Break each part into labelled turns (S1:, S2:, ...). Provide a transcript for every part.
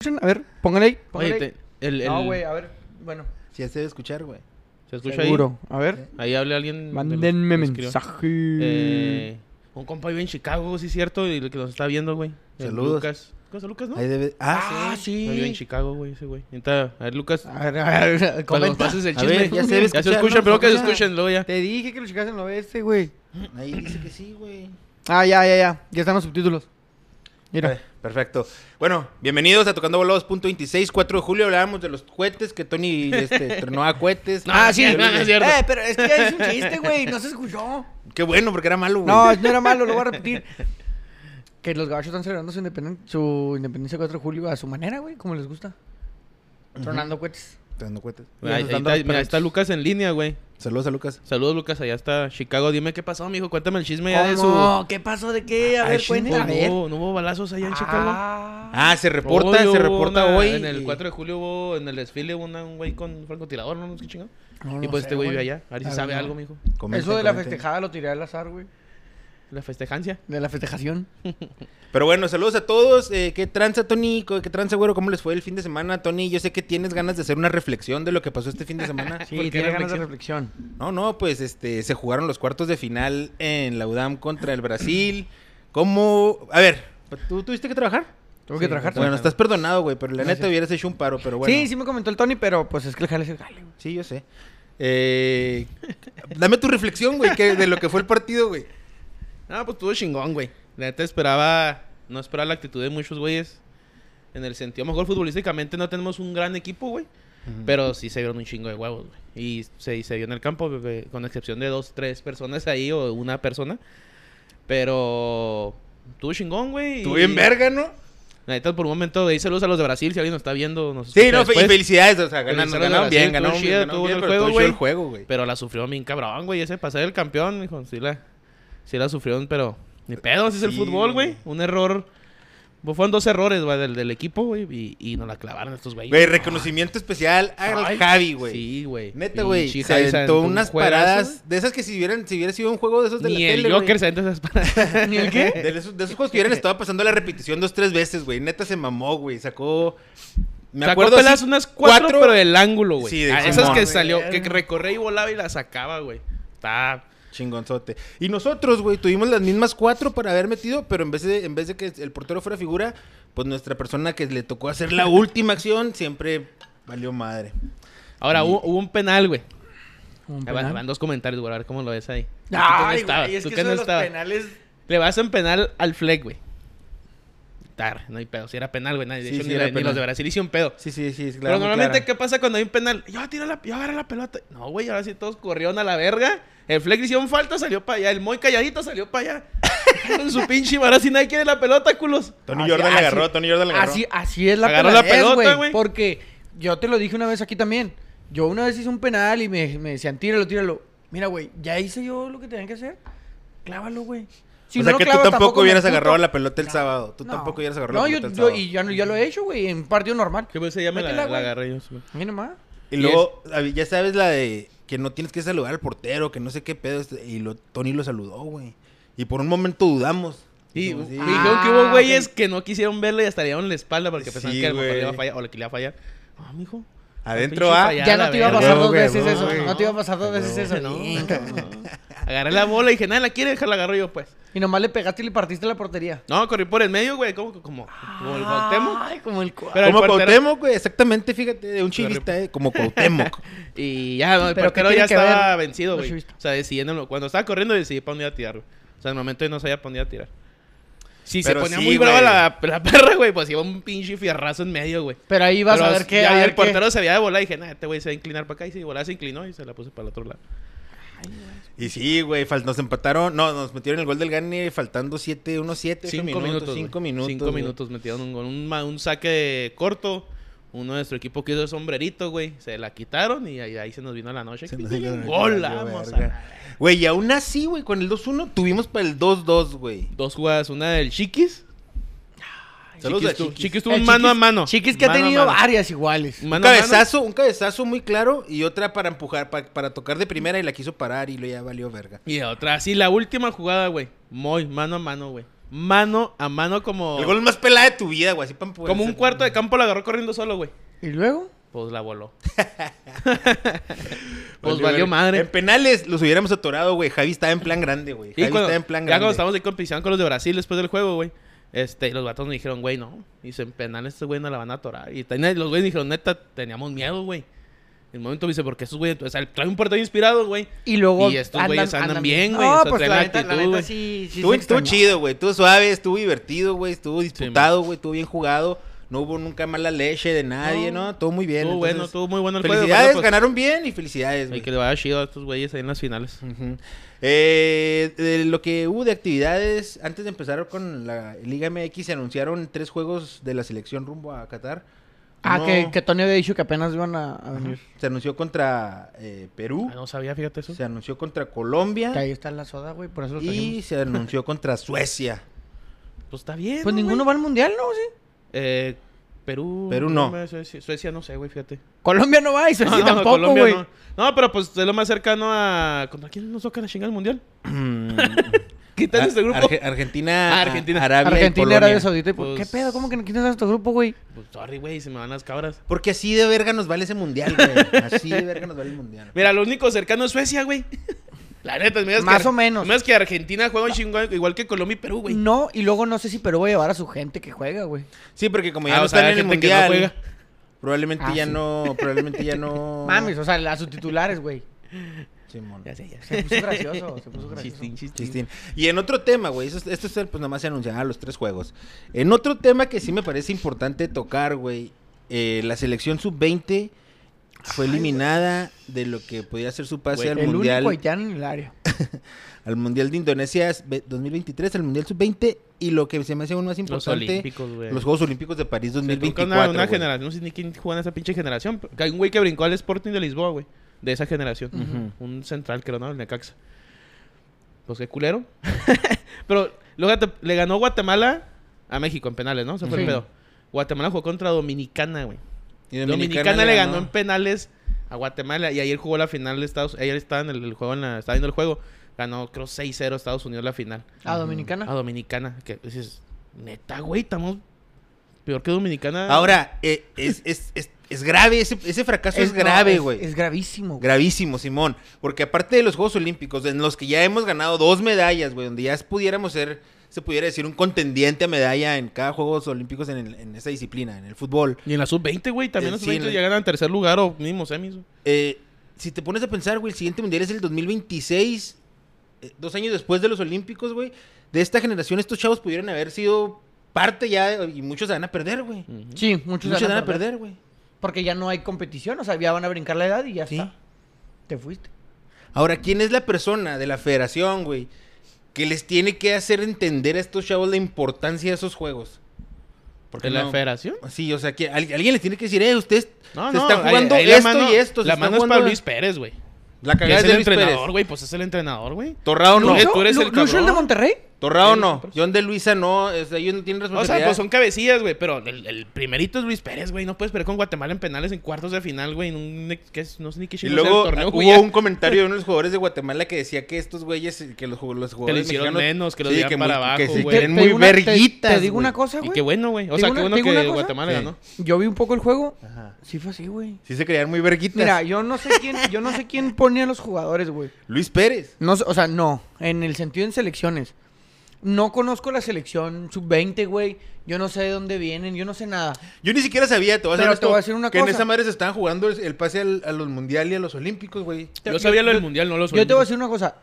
S1: escuchan? A ver, pónganle ahí.
S2: Oye,
S1: Pónganle ahí.
S2: te- el, el-
S1: No, güey, a ver. Bueno,
S3: Si ya se debe escuchar, güey.
S2: ¿Se escucha
S1: seguro. A ver,
S3: Sí.
S2: ahí? Ahí hable alguien. de los-
S1: mándenme
S2: que escribió.
S1: mensaje.
S2: Eh, un compa vive en Chicago, sí es cierto, y el que nos está viendo, güey. El
S3: Saludos.
S2: Lucas. ¿Cómo se Lucas, no?
S3: Ahí debe. Ah,
S1: Ah,
S3: sí.
S1: sí.
S2: Vive en Chicago, güey, ese güey. Entra, a ver, Lucas.
S1: A ver, a ver, a ver,
S2: Cuando nos
S1: Ah, comenta.
S2: pases el
S3: A
S2: chisme.
S3: ver, ya se debe
S2: Ya se
S3: escuchar,
S2: escucha,
S3: ¿no?
S2: pero que se
S3: Escucha.
S2: escuchen luego ya.
S1: Ah, Te dije que lo checas en lo oeste, güey.
S3: Ahí dice que sí, güey.
S1: Ah, ya, ya, ya. Ya están los subtítulos.
S3: Eh,
S1: Mira.
S3: Perfecto. Bueno, bienvenidos a Tocando Volados, punto 26, 4 de julio. Hablábamos de los cohetes, que Tony este, tronó a cohetes.
S2: Ah, sí, no, no es cierto.
S1: Eh, pero es que es un chiste, güey. No se escuchó.
S3: Qué bueno, porque era malo, güey.
S1: No, no era malo, lo voy a repetir. Que los gabachos están celebrando su, independen- su independencia el 4 de julio a su manera, güey, como les gusta. Tronando cohetes.
S3: Tronó cohetes.
S2: Ahí, ahí
S1: Nos
S2: está,
S1: están dando
S2: mira, está
S1: perretes.
S2: Lucas en línea, güey.
S3: Saludos a Lucas.
S2: Saludos, Lucas, allá está Chicago. Dime qué pasó, mijo. Cuéntame el chisme ya de su.
S1: ¿Cómo? ¿Qué pasó? ¿De qué? A
S3: Ay,
S1: ver,
S3: chingo,
S1: cuéntame.
S2: ¿No
S1: A ver.
S2: hubo, no hubo balazos allá en Chicago?
S1: Ah.
S3: Ah, se reporta,
S2: Hoy
S3: se
S2: hubo
S3: reporta
S2: una-
S3: hoy.
S2: En el 4 de julio hubo, en el desfile, una- un güey con un francotirador, ¿no? No sé qué chingado.
S1: No,
S2: Y
S1: no
S2: pues
S1: sé,
S2: este güey vive allá. A ver si
S1: A ver,
S2: sabe
S1: no.
S2: algo, mijo.
S1: Eso de la festejada lo tiré al azar, güey.
S2: La festejancia.
S1: De la festejación.
S3: Pero bueno, saludos a todos. Eh, ¿Qué tranza, Tony? Co- ¿Qué tranza, güero? ¿Cómo les fue el fin de semana, Tony? Yo sé que tienes ganas de hacer una reflexión de lo que pasó este fin de semana.
S2: ¿Por qué
S1: reflexión.
S3: No, no, pues este, se jugaron los cuartos de final en la UDAM contra el Brasil. ¿Cómo? A ver, ¿tú tuviste que trabajar?
S1: Tengo que
S2: Sí,
S1: trabajar.
S3: Bueno, estás perdonado, güey, pero la
S1: Gracias.
S3: neta hubieras hecho un paro, pero bueno.
S1: Sí, sí me comentó el Tony, pero pues es que el jale es el jale, güey.
S3: Sí, yo sé. Eh, dame tu reflexión, güey, que- de lo que fue el partido, güey.
S2: Ah, pues estuvo chingón, güey. La neta esperaba, no esperaba la actitud de muchos güeyes. En el sentido, a lo mejor futbolísticamente no tenemos un gran equipo, güey. Pero sí se vieron un chingo de huevos, güey. Y se, y se vio en el campo, güey, con excepción de dos, tres personas ahí o una persona. Pero estuvo chingón, güey.
S3: Tú
S2: y-
S3: bien verga, ¿no?
S2: La neta, por un momento, de ahí saludos a los de Brasil, si alguien nos está viendo. Nos
S3: Sí,
S2: escucha
S3: no, fe- y
S2: después.
S3: felicidades, o sea, ganaron,
S2: Felicidades,
S3: ganaron bien,
S2: Brasil,
S3: ganaron
S2: estuvo
S3: bien,
S2: chido,
S3: ganaron
S2: estuvo
S3: bien,
S2: el
S3: pero
S2: juego,
S3: estuvo chido
S2: güey.
S3: el juego, güey.
S2: Pero la sufrió bien cabrón, güey. Ese pasar el campeón, hijo, sí la, sí la sufrieron, pero ni pedo, así es el
S3: Sí,
S2: fútbol, güey.
S3: güey.
S2: Un error. pues, Fueron dos errores, güey, del, del equipo, güey, y, y nos la clavaron estos güeyes.
S3: Güey, reconocimiento especial al
S2: Ay,
S3: Javi, güey.
S2: Sí, güey.
S3: Neta, güey,
S2: Pinche
S3: se
S2: Javi aventó
S3: aventó
S2: un
S3: unas
S2: juegazo,
S3: paradas de esas que si hubieran, si hubiera sido un juego de esos de
S2: güey. Ni
S3: la
S2: el
S3: tele, güey.
S2: Joker se aventó esas paradas.
S1: ¿Ni el qué?
S3: De esos, de esos juegos que hubieran estado pasando la repetición dos, tres veces, güey. Neta se mamó, güey. Sacó. Me
S2: Sacó
S3: acuerdo.
S2: pelas
S3: así,
S2: unas cuatro,
S3: cuatro-
S2: pero del ángulo, güey.
S3: Sí, de
S2: Ah, esas
S3: Simón.
S2: que salió, que recorría y volaba y la sacaba, güey. Está.
S3: Chingonzote. Y nosotros, güey, tuvimos las mismas cuatro para haber metido, pero en vez de, en vez de que el portero fuera figura, pues nuestra persona que le tocó hacer la última acción siempre valió madre.
S2: Ahora, hubo, hubo un penal, güey.
S1: Un
S2: Ahí van-
S1: penal.
S2: van dos comentarios, güey, a ver cómo lo ves ahí. ¿Tú qué no
S1: Ay,
S2: estabas?
S1: güey, es
S2: ¿Tú
S1: que
S2: qué
S1: eso
S2: no
S1: de los
S2: estabas?
S1: penales...
S2: Le vas en penal al Fleck, güey. Tar, no hay pedo. Si era penal, güey. nadie- de
S3: Sí,
S2: hecho,
S3: sí
S2: ni,
S3: era
S2: la- ni
S3: penal.
S2: los de Brasil hicieron pedo.
S3: Sí, sí, sí, es
S2: Pero normalmente, ¿qué pasa cuando hay un penal? Yo tiro la, yo agarro la pelota. No, güey, ahora sí todos corrieron a la verga. El Fleck le hicieron falta, salió para allá. El Moy calladito salió para allá. Con su pinche vara, si nadie quiere la pelota, culos.
S3: Tony
S1: Así-
S3: Jordan la
S1: así-
S3: agarró, Tony Jordan la agarró.
S1: Así, así es la
S2: Agarró la
S1: peladez,
S2: pelota, güey.
S1: Porque yo te lo dije una vez aquí también. Yo una vez hice un penal y me, me decían, tíralo, tíralo. Mira, güey, ya hice yo lo que tenía que hacer. Clávalo, güey. Si
S3: o
S1: no
S3: sea
S1: lo
S3: que tú
S1: clavas,
S3: tampoco,
S1: me
S3: hubieras
S1: emputo.
S3: agarrado la pelota el sábado. Tú
S1: No.
S3: tampoco hubieras agarrado
S1: No,
S3: la
S1: yo,
S3: pelota el
S1: yo,
S3: sábado.
S1: y ya, no- ya lo he hecho, güey, en partido normal.
S2: ¿Qué pues se llama? La,
S1: Métela,
S2: la
S1: güey.
S2: agarré yo. sí.
S1: Mira nomás.
S3: Y luego, Avi, ya sabes la de que no tienes que saludar al portero, que no sé qué pedo. este- Y lo, Tony lo saludó, güey. Y por un momento dudamos.
S2: Y
S3: Dijimos,
S2: me
S3: sí.
S2: dijeron que
S1: Ah,
S2: hubo güeyes que no quisieron verlo y hasta le dieron la espalda porque
S3: Sí,
S2: pensaban que a lo mejor
S3: güey.
S2: le iba a fallar o le que le iba a fallar. Ah, mijo.
S3: Adentro
S2: Pinche
S3: va.
S2: fallada,
S1: Ya no te iba a
S2: verga.
S1: pasar
S3: Huevo,
S1: dos
S3: güey,
S1: veces
S3: huevo,
S1: eso.
S3: güey.
S1: No te iba a pasar dos veces eso.
S2: Pues No,
S1: Bien,
S2: no,
S1: cabrón.
S2: no. Agarré la bola y dije, nadie la quiere, deja, la agarro yo, pues.
S1: Y nomás le pegaste y le partiste la portería.
S2: No, corrí por el medio, güey, como, como, como el Cuauhtémoc.
S1: Ay, como el cua-
S2: Pero el
S3: Como
S2: portero-
S3: Cuauhtémoc, güey. Exactamente, fíjate, de un chivista, eh, como Cuauhtémoc.
S2: Y ya, no, el
S1: Pero ¿qué
S2: portero ya
S1: tiene que
S2: estaba
S1: ver?
S2: vencido,
S1: No
S2: güey.
S1: soy
S2: O
S1: visto.
S2: sea, decidiéndolo. Cuando estaba corriendo, decidí para dónde iba a tirar, güey. O sea, en el momento yo no sabía para dónde iba a tirar. Si
S3: Pero
S2: se ponía
S3: sí,
S2: muy brava
S3: güey.
S2: la, la perra, güey, pues iba un pinche fierrazo en medio, güey.
S1: Pero ahí vas a ver que...
S2: Ya
S1: a
S2: vi
S1: ver
S2: el
S1: qué. Eh,
S2: portero se había de volar y dije, nah, este güey se va a inclinar para acá. Y se volaba, se inclinó y se la puse para el otro lado.
S3: Y sí, güey, fal- nos empataron. No, nos metieron el gol del Gane faltando 7, 1 7
S2: Cinco minutos. güey.
S3: Cinco minutos.
S2: Cinco
S3: güey.
S2: minutos metieron un gol. Un, ma- un saque corto. Uno de nuestro equipo quiso el sombrerito, güey. Se la quitaron y ahí, ahí se nos vino la noche.
S3: Se
S2: Que
S3: nos
S2: pille
S3: hizo
S2: un
S3: la-
S2: Gol,
S3: valió
S2: vamos a
S3: verga. Güey, y aún así, güey, con el 2-1 tuvimos para el 2-2, güey.
S2: Dos jugadas. Una del Chiquis.
S3: Saludos
S2: Chiquis
S3: a
S2: tuvo-
S3: Chiquis.
S2: Chiquis tuvo
S1: El
S2: un mano a
S1: Chiquis-
S2: mano.
S1: Chiquis que ha
S2: Mano a
S1: tenido
S2: mano. Mm.
S1: varias iguales.
S2: Mano
S3: un
S2: a mano.
S3: cabezazo, un cabezazo muy claro y otra para empujar, pa- para tocar de primera y la quiso parar y lo ya valió verga.
S2: Y la otra, sí, la última jugada, güey. Muy mano a mano, güey. mano a mano como...
S3: El gol más pelada de tu vida, güey. Así pa' poder
S2: Como un
S3: hacer.
S2: cuarto de campo la agarró corriendo solo, güey.
S1: ¿Y luego?
S2: Pues la voló. pues valió madre.
S3: En penales los hubiéramos atorado, güey. Javi estaba en plan grande, güey. Javi
S2: Y cuando,
S3: estaba en plan
S2: ya cuando
S3: grande.
S2: estábamos en competición con los de Brasil después del juego, güey. Este, los vatos me dijeron, güey, no. Dicen, penal, este güey no la van a atorar. Y tenía- los güeyes dijeron, neta, teníamos miedo, güey. En el momento me dice, porque esos güeyes, o sea, trae un portero inspirado, güey.
S1: Y luego.
S2: Y estos güeyes andan bien, güey, o
S1: No,
S2: sea,
S1: pues
S2: traen
S1: la
S2: la
S1: neta, la
S2: actitud,
S1: neta
S2: güey.
S1: sí. sí
S3: Estuvo,
S1: se
S3: estuvo
S1: extrañó.
S3: chido, güey. Estuvo suave, estuvo divertido, güey. Estuvo disputado, güey. estuvo bien jugado. No hubo nunca mala leche de nadie, ¿no?
S2: No.
S3: Todo muy bien.
S2: Estuvo
S3: entonces,
S2: bueno, estuvo muy bueno el juego.
S3: Felicidades,
S2: pero, pues,
S3: ganaron bien y felicidades, güey.
S2: Y que le vaya chido a estos güeyes ahí en las finales.
S3: Ujú. Eh, de lo que hubo de actividades, antes de empezar con la Liga MX, se anunciaron tres juegos de la selección rumbo a Qatar.
S1: Ah,
S3: Uno
S1: que, que Tony había dicho que apenas iban a, a venir.
S3: Se anunció contra eh, Perú,
S2: Ah, no sabía, fíjate eso.
S3: se anunció contra Colombia
S1: Que ahí está la soda, güey. Por eso lo
S3: y
S1: trajimos.
S3: se anunció contra Suecia.
S2: Pues está bien.
S1: Pues
S2: ¿no,
S1: ninguno
S2: güey?
S1: va al mundial, ¿no? Sí.
S2: Eh, Perú.
S3: Perú no.
S2: Colombia, Suecia, Suecia no sé, güey, fíjate.
S1: Colombia no va y Suecia
S2: No, no,
S1: tampoco,
S2: Colombia
S1: güey.
S2: no. No, pero pues es lo más cercano a. ¿Contra quién nos toca la chingada el mundial? ¿Qué tal este grupo?
S3: Ah,
S2: Ah,
S3: Arge- Argentina,
S2: Argentina.
S3: Arabia, y
S1: Argentina,
S3: Polonia.
S1: Arabia Saudita. y po- ¿Qué
S2: Pues-
S1: pedo? ¿Cómo que no quitas a nuestro grupo, güey?
S2: Pues sorry, güey, se me van las cabras.
S3: Porque así de verga nos vale ese mundial, güey. Así de verga nos vale el mundial.
S2: Mira, lo único cercano es Suecia, güey. La neta, es
S1: Más o menos.
S2: Más que Argentina juega un chingón igual que Colombia y Perú, güey.
S1: No, y luego no sé si Perú va a llevar a su gente que juega, güey.
S3: Sí, porque como
S2: Ah,
S3: ya no
S2: o sea,
S3: están
S2: hay
S3: en el
S2: gente que no
S3: mundial,
S2: juega.
S3: probablemente
S1: Ah,
S3: ya
S1: sí.
S3: no, probablemente ya no.
S1: Mames, o sea, a sus titulares, güey.
S3: Simón.
S2: Ya sé, ya sé.
S1: Se puso gracioso, se puso gracioso.
S2: Chistín, chistín.
S3: Chistín. Y en otro tema, güey, eso es- esto es el, pues nomás se anunciaban los tres juegos. En otro tema que sí me parece importante tocar, güey, eh, la selección sub-20 fue eliminada de lo que podía ser su pase
S2: Güey,
S3: al
S1: el único
S3: mundial,
S1: haitiano en el área.
S3: al mundial de Indonesia ve- 2023, al mundial sub-20 y lo que se me hace aún más
S2: Los
S3: importante,
S2: olímpicos, güey.
S3: los, Juegos Olímpicos de París
S2: Se
S3: 2024.
S2: toca Una, una
S3: güey.
S2: generación, no sé ni quién juega en esa pinche generación. pero Hay un güey que brincó al Sporting de Lisboa, güey. De esa generación.
S3: Ujú.
S2: Un central, creo, ¿no? El Necaxa. Pues qué culero. Pero luego te- le ganó Guatemala a México en penales, ¿no? Se fue el
S1: Sí.
S2: pedo. Guatemala jugó contra Dominicana, güey.
S3: Y
S2: Dominicana, le ganó en penales a Guatemala y ayer jugó la final de Estados Ayer estaba en el, el juego, en la- estaba viendo el juego. Ganó, creo, 6-0 Estados Unidos la final.
S1: Ah, dominicana.
S2: A Dominicana. Que dices, neta, güey, estamos peor que Dominicana.
S3: Ahora, eh, es, es, es, es grave, ese, ese fracaso es,
S1: Eh, no,
S3: grave,
S1: es-
S3: güey.
S1: Es, gravísimo. güey.
S3: Gravísimo, Simón. Porque aparte de los Juegos Olímpicos, en los que ya hemos ganado dos medallas, güey, donde ya pudiéramos ser, se pudiera decir, un contendiente a medalla en cada Juegos Olímpicos en, el- en esa disciplina, en el fútbol.
S2: Y en la sub-20, güey, también
S3: Eh,
S2: los
S3: sí,
S2: sub-20
S3: en la-
S2: ya ganan tercer lugar o mínimo semis. güey.
S3: Eh, si te pones a pensar, güey, el siguiente mundial es el 2026, eh, dos años después de los Olímpicos, güey. De esta generación, estos chavos pudieran haber sido parte ya, y muchos se van a perder, güey.
S1: Sí, muchos,
S3: Mm. Muchos se van a perder, güey.
S1: Porque ya no hay competición, o sea, ya van a brincar la edad y ya
S3: Sí.
S1: está. Te fuiste.
S3: Ahora, ¿quién es la persona de la federación, güey, que les tiene que hacer entender a estos chavos la importancia de esos juegos?
S2: ¿De la
S3: no-
S2: federación?
S3: Sí, o sea, que al- alguien les tiene que decir, eh, ustedes
S2: No,
S3: se
S2: no.
S3: está
S2: ahí-
S3: jugando
S2: ahí
S3: esto y esto. se
S2: La
S3: está
S2: mano es para
S3: jugando-
S2: Luis Pérez, güey.
S3: La
S2: Que
S3: cagada
S2: es
S3: es de
S2: el
S3: Luis Pérez.
S2: entrenador, güey. Pues es el entrenador, güey.
S3: Torrado no. eh,
S2: Lucho, tú eres el
S1: Lu- Lucho, el de
S2: cabrón.
S1: Monterrey?
S3: Torrado
S2: Luis
S3: no.
S2: Pérez.
S3: John de Luisa no. O sea, ellos no tienen
S2: O sea,
S3: responsabilidad.
S2: pues son cabecillas, güey, pero el, el primerito es Luis Pérez, güey. No puedes perder con Guatemala en penales en cuartos de final, güey. en un- que es- No sé ni qué
S3: y
S2: chingados
S3: luego ah,
S2: era el
S3: hubo
S2: torneo, güey.
S3: un comentario de unos jugadores de Guatemala que decía que estos güeyes, que los, ju- los jugadores
S2: hicieron menos, que los llevan
S3: muy-
S2: para
S3: que
S2: abajo,
S3: se
S2: güey.
S3: creen
S1: Te
S3: muy
S1: digo una- te-
S3: verguitas,
S1: Te digo
S3: güey.
S1: una cosa, güey.
S2: Y qué bueno, güey.
S1: ¿Te
S2: O sea,
S1: digo
S2: qué
S1: una-
S2: bueno
S1: te digo una
S2: que
S1: cosa?
S2: Guatemala
S3: Sí.
S2: ganó.
S1: Yo vi un poco el juego.
S3: Ajá.
S1: Sí fue así, güey.
S3: Sí se creían muy verguitas.
S1: Mira, yo no sé quién, yo no sé quién pone a los jugadores, güey.
S3: Luis Pérez.
S1: No, sé, o sea, no, en el sentido en selecciones. No conozco la selección sub-20, güey. Yo no sé de dónde vienen, yo no sé nada.
S3: Yo ni siquiera sabía, te voy a,
S1: Pero
S3: hacer
S1: te voy a decir una
S3: que en
S1: cosa.
S3: esa madre se estaban jugando el, el pase al- a los mundiales y a los olímpicos, güey.
S2: Yo sabía lo del mundial, no lo
S1: Yo te voy a decir una cosa.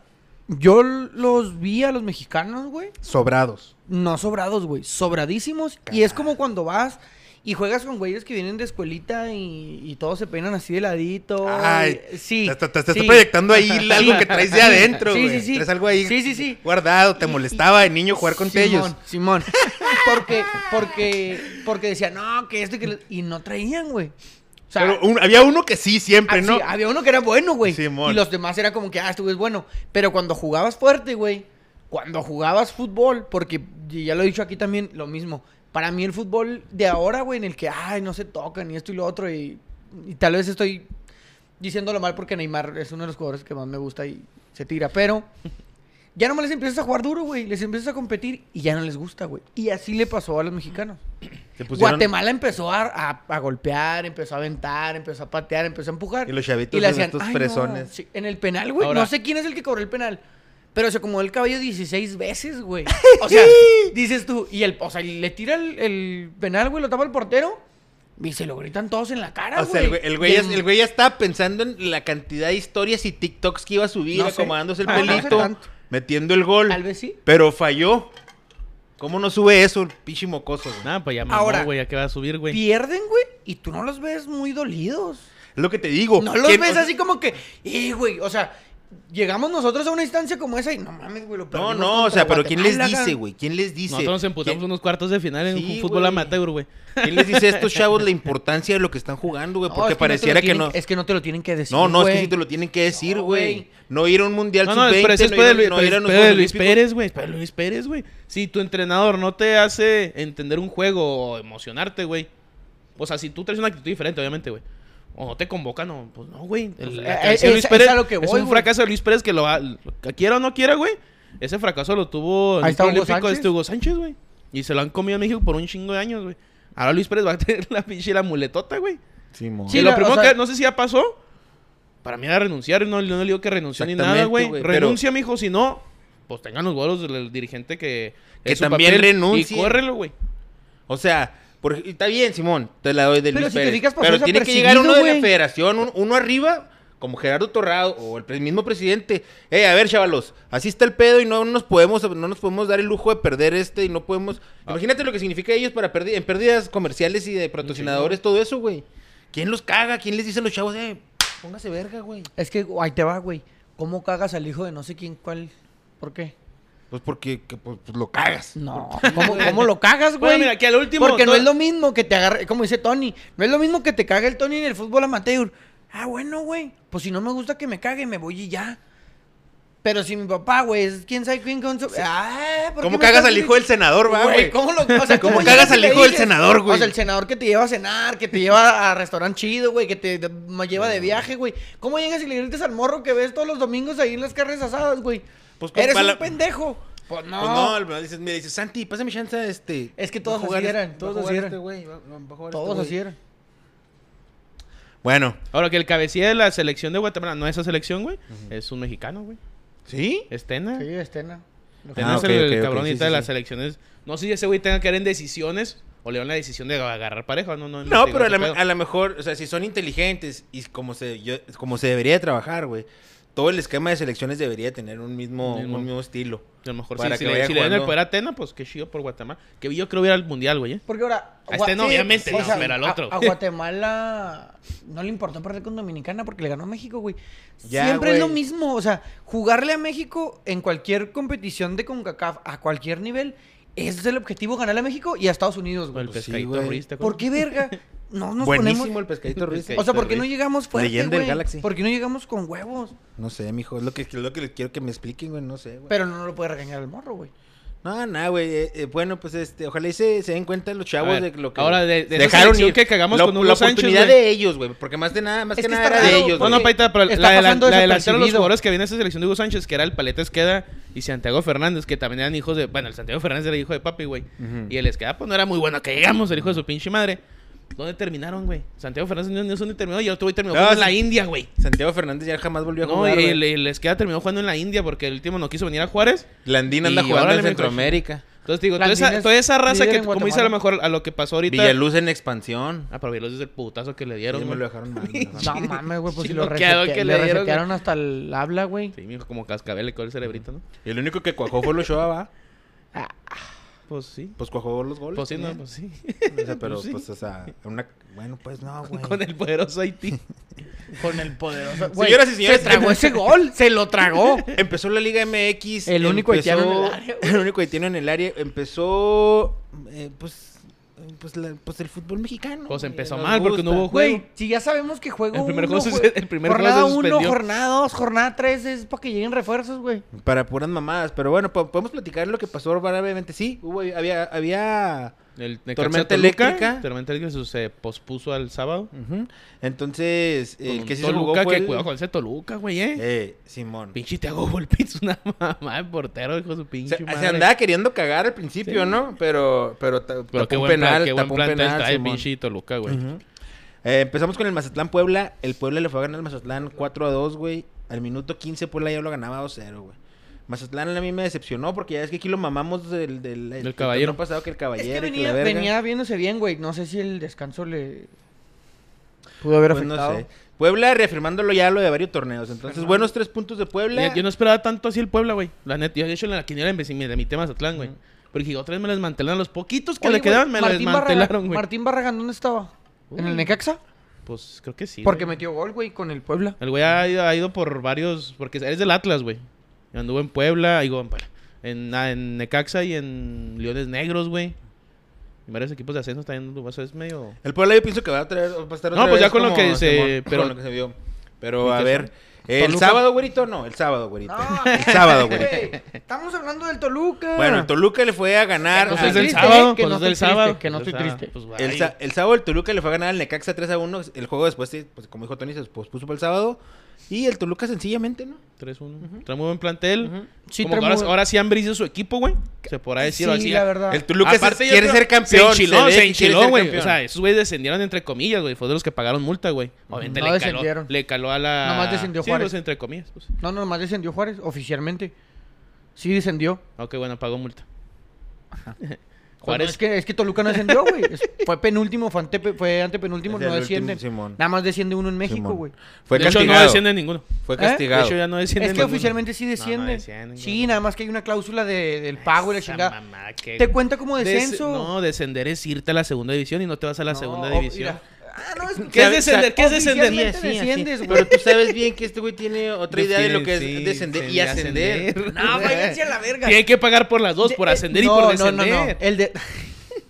S1: Yo los vi a los mexicanos, güey.
S3: Sobrados.
S1: No sobrados, güey. Sobradísimos. Y es como cuando vas y juegas con güeyes que vienen de escuelita y, y todos se peinan así de ladito.
S3: Ay,
S1: y- sí.
S3: Te, te- te estás
S1: sí.
S3: proyectando ahí algo
S1: Sí.
S3: que traes de adentro,
S1: Sí,
S3: güey.
S1: sí, sí.
S3: Traes algo ahí
S1: Sí, sí, sí.
S3: guardado, te molestaba de niño jugar con
S1: Simón,
S3: ellos.
S1: Simón. Porque, porque, porque decían, no, que esto y que lo-". Y no traían, güey. O sea,
S3: Pero un- había uno que sí, siempre,
S1: ah, sí,
S3: ¿no?
S1: había uno que era bueno, güey.
S3: Simón.
S1: Y los demás era como que, ah, este güey es bueno. Pero cuando jugabas fuerte, güey, cuando jugabas fútbol, porque y ya lo he dicho aquí también, lo mismo. Para mí el fútbol de ahora, güey, en el que, ay, no se tocan y esto y lo otro, y, y tal vez estoy diciéndolo mal porque Neymar es uno de los jugadores que más me gusta y se tira, pero Ya nomás les empiezas a jugar duro, güey. Les empiezas a competir y ya no les gusta, güey. Y así le pasó a los mexicanos.
S3: Se pusieron-
S1: Guatemala empezó a, a- a golpear, empezó a aventar, empezó a patear, empezó a empujar.
S3: Y los chavitos
S1: le
S3: en estos
S1: "Ay, no".
S3: fresones.
S1: Sí, en el penal, güey.
S2: Ahora-
S1: No sé quién es el que cobró el penal. Pero se acomodó el cabello 16 veces, güey. O sea, dices tú, y el, o sea, y le tira el, el penal, güey, lo tapa el portero y se lo gritan todos en la cara,
S3: O
S1: güey.
S3: sea, el güey, el güey
S1: Y
S3: ya, el güey ya estaba pensando en la cantidad de historias y TikToks que iba a subir,
S1: No sé.
S3: acomodándose el
S1: Ah, no sé
S3: pelito,
S1: tanto.
S3: metiendo el gol.
S1: Tal vez sí.
S3: Pero falló. ¿Cómo no sube eso el pinche mocoso, güey?
S2: Nada, pues ya mamó,
S1: Ahora-
S2: güey, ya que va a subir, güey.
S1: Pierden, güey, y tú no los ves muy dolidos.
S3: Es lo que te digo.
S1: No los
S3: ¿Quién-
S1: ves
S3: o sea,
S1: así como que, eh, güey, o sea, llegamos nosotros a una instancia como esa y no mames, güey, lo
S3: No,
S1: perdimos
S3: no, o
S1: contra
S3: sea, pero ¿quién les
S1: Guatemala,
S3: dice,
S1: gan-
S3: güey? ¿Quién les dice?
S2: Nosotros nos emputamos
S3: ¿Quién-
S2: unos cuartos de final en
S3: Sí,
S2: un fútbol
S3: güey.
S2: amateur, güey.
S3: ¿Quién les dice a estos chavos la importancia de lo que están jugando, güey?
S1: No,
S3: Porque
S1: es no te lo
S3: pareciera que
S1: tienen-
S3: no.
S1: Es que no te lo tienen que decir.
S3: No, no, es que
S1: güey.
S3: sí te lo tienen que decir,
S1: No,
S3: güey.
S1: güey.
S3: No, ir a un mundial
S2: No, no,
S3: sub-20,
S2: pero eso es pedo de Luis,
S3: no
S2: pero
S3: ir a
S2: es
S3: unos
S2: pedo de
S3: Juegos
S2: Luis
S3: Olímpicos.
S2: Pérez, güey. es pedo de Luis Pérez, güey. Si tu entrenador no te hace entender un juego o emocionarte, güey. O sea, si tú traes una actitud diferente, obviamente, güey. O no te convocan, no, pues no, güey. El- la
S1: eh,
S2: canción de Luis
S1: es-
S2: Pérez
S1: es a lo que
S2: es
S1: voy,
S2: un
S1: güey.
S2: fracaso de Luis Pérez que lo va, lo- que quiera o no quiera, güey. Ese fracaso lo tuvo
S1: Ahí
S2: el
S1: está Hugo
S2: prolífico
S1: Sánchez.
S2: este Hugo Sánchez, güey. Y se lo han comido en México por un chingo de años, güey. Ahora Luis Pérez va a tener la pinche la muletota, güey.
S1: Sí,
S2: y lo
S1: la- o
S2: primero
S1: sea-
S2: que no sé si ya pasó. Para mí era renunciar, no, no le digo que renunció ni nada,
S3: Exactamente,
S2: güey.
S3: güey, pero-
S2: Renuncia, mijo, si no, pues tengan los huevos del del dirigente que.
S3: Que
S2: es su
S3: también renuncie.
S2: Y córrelo, güey.
S3: O sea, por- y está bien, Simón, te la doy de
S1: Pero
S3: Luis
S1: si te
S3: Pérez.
S1: fijas, pasó
S3: pero tiene que
S1: desapercibido,
S3: llegar uno de la
S1: güey.
S3: federación, un- uno arriba, como Gerardo Torrado o el pre- mismo presidente. Eh, a ver, chavalos, así está el pedo y no nos podemos no nos podemos dar el lujo de perder este y no podemos... Imagínate lo que significa ellos para perdi- en pérdidas comerciales y de patrocinadores, todo eso, güey. ¿Quién los caga? ¿Quién les dice a los chavos, eh, póngase verga, güey?
S1: Es que güey, ahí te va, güey. ¿Cómo cagas al hijo de no sé quién cuál? ¿Por qué?
S3: Pues porque que, pues, pues, lo cagas.
S1: No, ¿cómo, cómo lo cagas, güey?
S2: Bueno, mira, que al último.
S1: Porque no
S2: todo-
S1: es lo mismo que te agarre, como dice Tony, no es lo mismo que te cague el Tony en el fútbol amateur. Ah, bueno, güey, pues si no me gusta que me cague, me voy y ya. Pero si mi papá, güey, es quién sabe quién con su... Ah, ¿por qué me
S3: ¿Cómo cagas
S1: estás
S3: al hijo del senador, va, güey?
S1: ¿Cómo lo o sea,
S3: ¿Cómo
S1: llegas
S3: cagas
S1: y
S3: al
S1: le
S3: hijo del
S1: dices?
S3: senador, güey?
S1: O sea, el senador que te lleva a cenar, que te lleva a restaurante chido, güey, que te de- lleva de viaje, güey. ¿Cómo llegas y le gritas al morro que ves todos los domingos ahí en las carnes asadas, güey?
S3: Pues, con
S1: Eres
S3: pala-
S1: un pendejo. Pues no.
S3: Pues no, el- me dices, me dices, Santi, pásame chance este.
S1: Es que
S3: va a
S1: todos así
S3: jugar
S1: eran,
S3: este-
S1: todos
S3: va a jugar
S1: así eran.
S3: este güey, va- va- va a jugar
S1: Todos
S3: este
S1: así
S3: güey.
S1: eran.
S3: Bueno,
S2: Ahora que el cabecilla de la selección de Guatemala, no esa selección, güey. Es un mexicano, güey.
S3: ¿sí?
S2: Estena.
S1: Sí, Estena. Lo que-
S2: Estena
S3: Ah,
S2: es
S3: ok,
S2: el,
S3: ok, ok,
S2: cabronita
S3: sí, sí,
S2: de las
S3: sí.
S2: selecciones. No sé si ese güey tenga que ver en decisiones o le dan la decisión de agarrar pareja. No, no,
S3: No, pero a
S2: ese
S3: la-
S2: pedo.
S3: a lo mejor, o sea, si son inteligentes y como se, yo- como se debería de trabajar, güey, todo el esquema de selecciones debería tener un mismo,
S2: Un mismo.
S3: un mismo estilo.
S2: A lo mejor
S3: Para
S2: sí, si,
S3: que
S2: le,
S3: vaya
S2: si le dan el
S3: jugando.
S2: poder a Atena, pues qué chido por Guatemala. Que yo creo que era el mundial, güey. ¿eh?
S1: Porque ahora.
S2: A
S1: Gua-
S2: este no, obviamente, no, pero al
S1: a-
S2: otro.
S1: A, Guatemala no le importó perder con Dominicana porque le ganó a México, güey.
S3: Ya,
S1: Siempre es lo
S3: güey.
S1: mismo. O sea, jugarle a México en cualquier competición de CONCACAF a cualquier nivel ese es el objetivo, ganarle a México y a Estados Unidos,
S2: O
S1: güey.
S2: el
S3: Pues sí,
S2: pescadito
S3: güey.
S2: Ruiz, ¿te acuerdas?
S1: ¿Por qué, verga? No nos
S3: Buenísimo
S1: ponemos.
S3: el pescadito Ruiz.
S1: O sea, ¿por
S3: Pescadito
S1: qué no
S3: Ruiz.
S1: llegamos fuerte,
S3: Leyenda del
S1: güey?
S3: Galaxy.
S1: ¿Por qué no llegamos con huevos?
S3: No sé, mijo, es lo que, es lo que les quiero que me expliquen, güey, no sé, güey.
S1: Pero no lo puede regañar el morro, güey.
S3: No, no, güey, eh, eh, bueno, pues este, ojalá y se, se den cuenta los chavos
S2: A ver,
S3: de lo que
S2: ahora de- de esa selección
S3: ir.
S2: que cagamos
S3: Lo-
S2: con Hugo
S3: la
S2: Sánchez,
S3: oportunidad
S2: güey.
S3: de ellos, güey, porque más de nada, más
S1: Es
S3: que
S1: que
S3: nada
S1: está
S3: era de
S1: raro,
S2: No,
S3: ellos,
S1: porque-
S3: güey.
S2: no, Paita, pero
S1: Está
S2: la, de la,
S1: pasando
S2: la delantera de los
S1: desapercibido.
S2: jugadores que viene a esa selección de Hugo Sánchez, que era el Paleta Esqueda y Santiago Fernández, que también eran hijos de. Bueno, el Santiago Fernández era hijo de papi, güey.
S3: Ujú.
S2: Y el Esqueda, pues no era muy bueno que llegamos, el hijo de su pinche madre. ¿Dónde terminaron, güey? Santiago Fernández no, no sé dónde terminó y el otro güey terminó
S3: No,
S2: jugando en
S3: Ah, sí.
S2: la India, güey.
S3: Santiago Fernández ya jamás volvió a
S2: No,
S3: jugar.
S2: y
S3: güey.
S2: el, el Esqueda terminó jugando en la India porque el último no quiso venir a Juárez.
S3: Landín anda
S2: y
S3: jugando
S2: órale,
S3: en
S2: mijo.
S3: Centroamérica.
S2: Entonces digo, toda
S1: Landín
S2: esa,
S1: es
S2: toda esa raza
S1: líder
S2: que,
S1: en
S2: como dice a lo
S1: Guatemala.
S2: mejor, a lo que pasó ahorita.
S3: Villaluz en expansión.
S2: Ah, pero Villaluz es el putazo que le
S3: Sí,
S2: dieron,
S3: me
S2: güey.
S3: lo dejaron mal. me lo dejaron
S1: No
S3: mal.
S1: mames, güey, pues si
S2: Sí,
S1: lo
S2: no quedó
S1: resetea-
S2: que
S1: le
S2: le dieron,
S1: resetearon hasta el habla, güey.
S2: Sí, mijo, como cascabel con el cerebrito, ¿no?
S3: El único que cuajó fue el Ochoa, ¿va?
S2: Pues sí.
S3: Pues cuajó los goles.
S2: Pues sí, no,
S3: también.
S2: pues sí.
S3: O sea, pero,
S2: pues sí.
S3: pues, o sea, una... Bueno, pues no, güey.
S2: Con el poderoso Haití.
S1: Con el poderoso.
S3: güey, Señoras y señores,
S1: se tragó ese gol. Se lo tragó.
S3: Empezó la Liga MX.
S1: El único
S3: empezó-
S1: haitiano en el área,
S3: El único haitiano en el área. Empezó... eh, pues... eh, Pues, la- pues el fútbol mexicano.
S2: Pues
S3: güey,
S2: empezó
S3: nos
S2: mal porque no
S3: gusta.
S2: hubo juego.
S1: Güey, si ya sabemos que juego
S2: Pues, El primer
S1: uno,
S2: juego se-
S1: jue-
S2: el primer
S1: jornada
S2: juego se
S1: 1,
S2: suspendió.
S1: jornada 2, jornada 3 es para que lleguen refuerzos, güey.
S3: Para puras mamadas. Pero bueno, po- podemos platicar lo que pasó brevemente. Sí, hubo, había, había
S2: El
S3: Tormenta
S2: Tormenta Eléctrica.
S3: Eléctrica.
S2: Tormenta Eléctrica se pospuso al sábado.
S3: Ujú. Entonces,
S2: Con
S3: el
S2: un
S3: que sí se jugó
S2: Pues Toluca,
S3: fue
S2: que
S3: el-
S2: cuidado con ese Toluca, güey, eh.
S3: Eh, Simón.
S2: Pinche te hago golpes una mamá de portero, hijo de su
S3: Se,
S2: pinche
S3: se
S2: madre.
S3: andaba queriendo cagar al principio,
S2: Sí.
S3: ¿no? Pero, pero, ta-
S2: Pero qué
S3: tapó un
S2: buen,
S3: penal,
S2: penal, qué buen
S3: tapó un
S2: plantel
S3: penal,
S2: trae el
S3: Simón.
S2: pinche Toluca, güey.
S3: Ujú. Eh, empezamos con el Mazatlán Puebla. El Puebla le fue a ganar al Mazatlán 4 a 2, güey. Al minuto 15 Puebla ya lo ganaba 2 0, güey. Mazatlán a mí me decepcionó porque ya es que aquí lo mamamos del, del, el
S2: caballero.
S3: torneo pasado que el
S1: Es
S3: caballero.
S1: que
S3: y
S1: venía,
S3: la verga.
S1: venía viéndose bien, güey. No sé si el descanso le pudo haber
S3: Pues no
S1: afectado.
S3: sé. Puebla reafirmándolo ya lo de varios torneos. Entonces,
S1: Fernando.
S3: buenos tres puntos de Puebla.
S2: Mira, Yo no esperaba tanto así el Puebla, güey. La neta, yo de hecho en la quiniela en vez- me de mi tema Mazatlán, güey. Porque dije, otra vez me las desmantelaron. Los poquitos que
S1: Oye,
S2: le quedaban me
S1: güey,
S2: las
S1: Martín Barragán-
S2: desmantelaron, güey.
S1: Martín Barragán, ¿dónde estaba? ¿En el
S2: Uy.
S1: Necaxa?
S2: Pues creo que sí.
S1: Porque
S2: güey.
S1: metió gol, güey, con el Puebla.
S2: El güey ha ido, ha ido por varios. Porque eres del Atlas, güey. Anduvo en Puebla, digo, en, Puebla. en, ah, en Necaxa y en Leones Negros, güey. Y varios equipos de ascenso también. anduvo, Eso es medio.
S3: El Puebla yo pienso que va a, traer, va a estar
S2: No,
S3: otra
S2: pues ya
S3: vez
S2: con lo
S3: como
S2: que se-
S3: Simón,
S2: pero-
S3: con lo que se vio. Pero
S2: Ni
S3: a
S2: que
S3: ver. El
S2: Toluca.
S3: sábado, güerito, no. El sábado, güerito.
S1: el
S3: sábado, güey.
S1: Estamos hablando del Toluca.
S3: Bueno, el Toluca le fue a ganar.
S1: No
S2: Pues
S1: estoy
S2: es del
S1: Ah, triste,
S2: sábado.
S1: que
S2: pues
S1: no
S2: es del
S1: estoy triste,
S2: sábado.
S1: que no
S2: Pues
S1: estoy
S2: del
S1: triste.
S2: sábado, pues,
S3: El,
S2: ay.
S3: sa- el sábado el Toluca le fue a ganar al Necaxa 3 a 1. El juego después, se- pues, como dijo Tony, se pospuso para el sábado. Y el Toluca sencillamente, ¿no?
S2: 3-1. Trae muy buen plantel.
S1: Sí,
S2: Como
S1: trae
S2: que ahora,
S1: muy-
S2: ahora sí han brillo su equipo, güey. Se podrá decir
S1: Sí,
S2: así.
S1: la verdad.
S3: El Toluca se-
S2: Aparte, yo
S3: quiere
S2: creo-
S3: ser campeón.
S2: Se enchiló, se,
S3: ve que quiere
S2: enchiló,
S3: ser
S2: güey.
S3: campeón.
S2: O sea, esos güeyes descendieron entre comillas, güey. Fue de los que pagaron multa, güey. Obviamente
S1: No
S2: le,
S1: descendieron.
S2: caló, le caló a la...
S1: Nomás descendió
S2: sí,
S1: Juárez.
S2: los entre comillas. Pues.
S1: No, nomás descendió Juárez, oficialmente. Sí, descendió.
S2: Ah, Ok, bueno, pagó multa.
S1: Juárez.
S2: Juárez.
S1: es, que, es que Toluca no descendió, güey. Es- Fue penúltimo, fue, ante- fue antepenúltimo,
S3: Es el
S1: no
S3: último,
S1: descienden.
S3: Simón.
S1: Nada más desciende uno en México,
S3: Simón.
S1: güey.
S3: Fue
S2: de hecho, no
S3: castigado.
S2: desciende ninguno.
S3: Fue
S1: ¿Eh?
S2: De
S3: castigado.
S2: hecho, ya no desciende
S1: Es que
S2: ninguno.
S1: oficialmente sí desciende.
S2: descienden,
S1: sí,
S2: güey.
S1: nada más que hay una cláusula de- del pago y la
S2: Esa
S1: chingada.
S2: mamada que-
S1: Te cuenta como
S2: Des-
S1: descenso.
S2: No, descender es irte a la segunda división y no te vas a la segunda
S1: No,
S2: división.
S1: mira. Ah, no, es
S2: ¿Qué es
S1: o sea,
S2: descender? ¿Qué es descender?
S1: oficialmente
S3: Sí, así,
S1: desciendes, güey.
S3: Pero tú sabes bien que este güey tiene otra idea de lo que es
S2: Sí,
S3: descender y
S2: sí,
S3: ascender.
S1: No, váyanse a la verga.
S2: Tienen que pagar por las dos, por
S1: De- eh,
S2: ascender y
S1: no,
S2: por
S1: no, no, no.
S2: descender.
S1: El, de-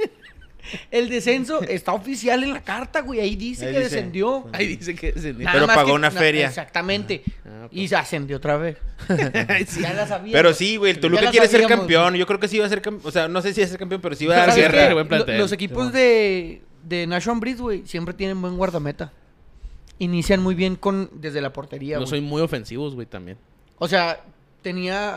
S1: el descenso está oficial en la carta, güey. Ahí dice
S3: Ahí
S1: que
S3: dice. pues,
S1: descendió.
S2: Ahí dice que descendió.
S1: Nada
S3: Pero
S1: más
S3: pagó
S1: que-
S3: una
S1: no,
S3: feria.
S1: Exactamente.
S2: Ah,
S1: Y se ascendió otra vez.
S2: Sí.
S1: Ya la sabía.
S3: Pero sí, güey, el
S1: Ya
S3: Toluca
S1: la
S3: quiere ser
S1: sabíamos,
S3: campeón. Yo creo que sí va a ser campeón. O sea, no sé si va a ser campeón, pero sí va a
S1: ¿Sabes
S3: dar
S1: qué?
S2: cierre,
S3: guerra.
S2: buen plantel.
S1: Lo- Los equipos de, de Nashon Breed, güey, siempre tienen buen guardameta. Inician muy bien con desde la portería,
S2: No
S1: güey. Pues
S2: soy muy ofensivos, güey, también.
S1: O sea, tenía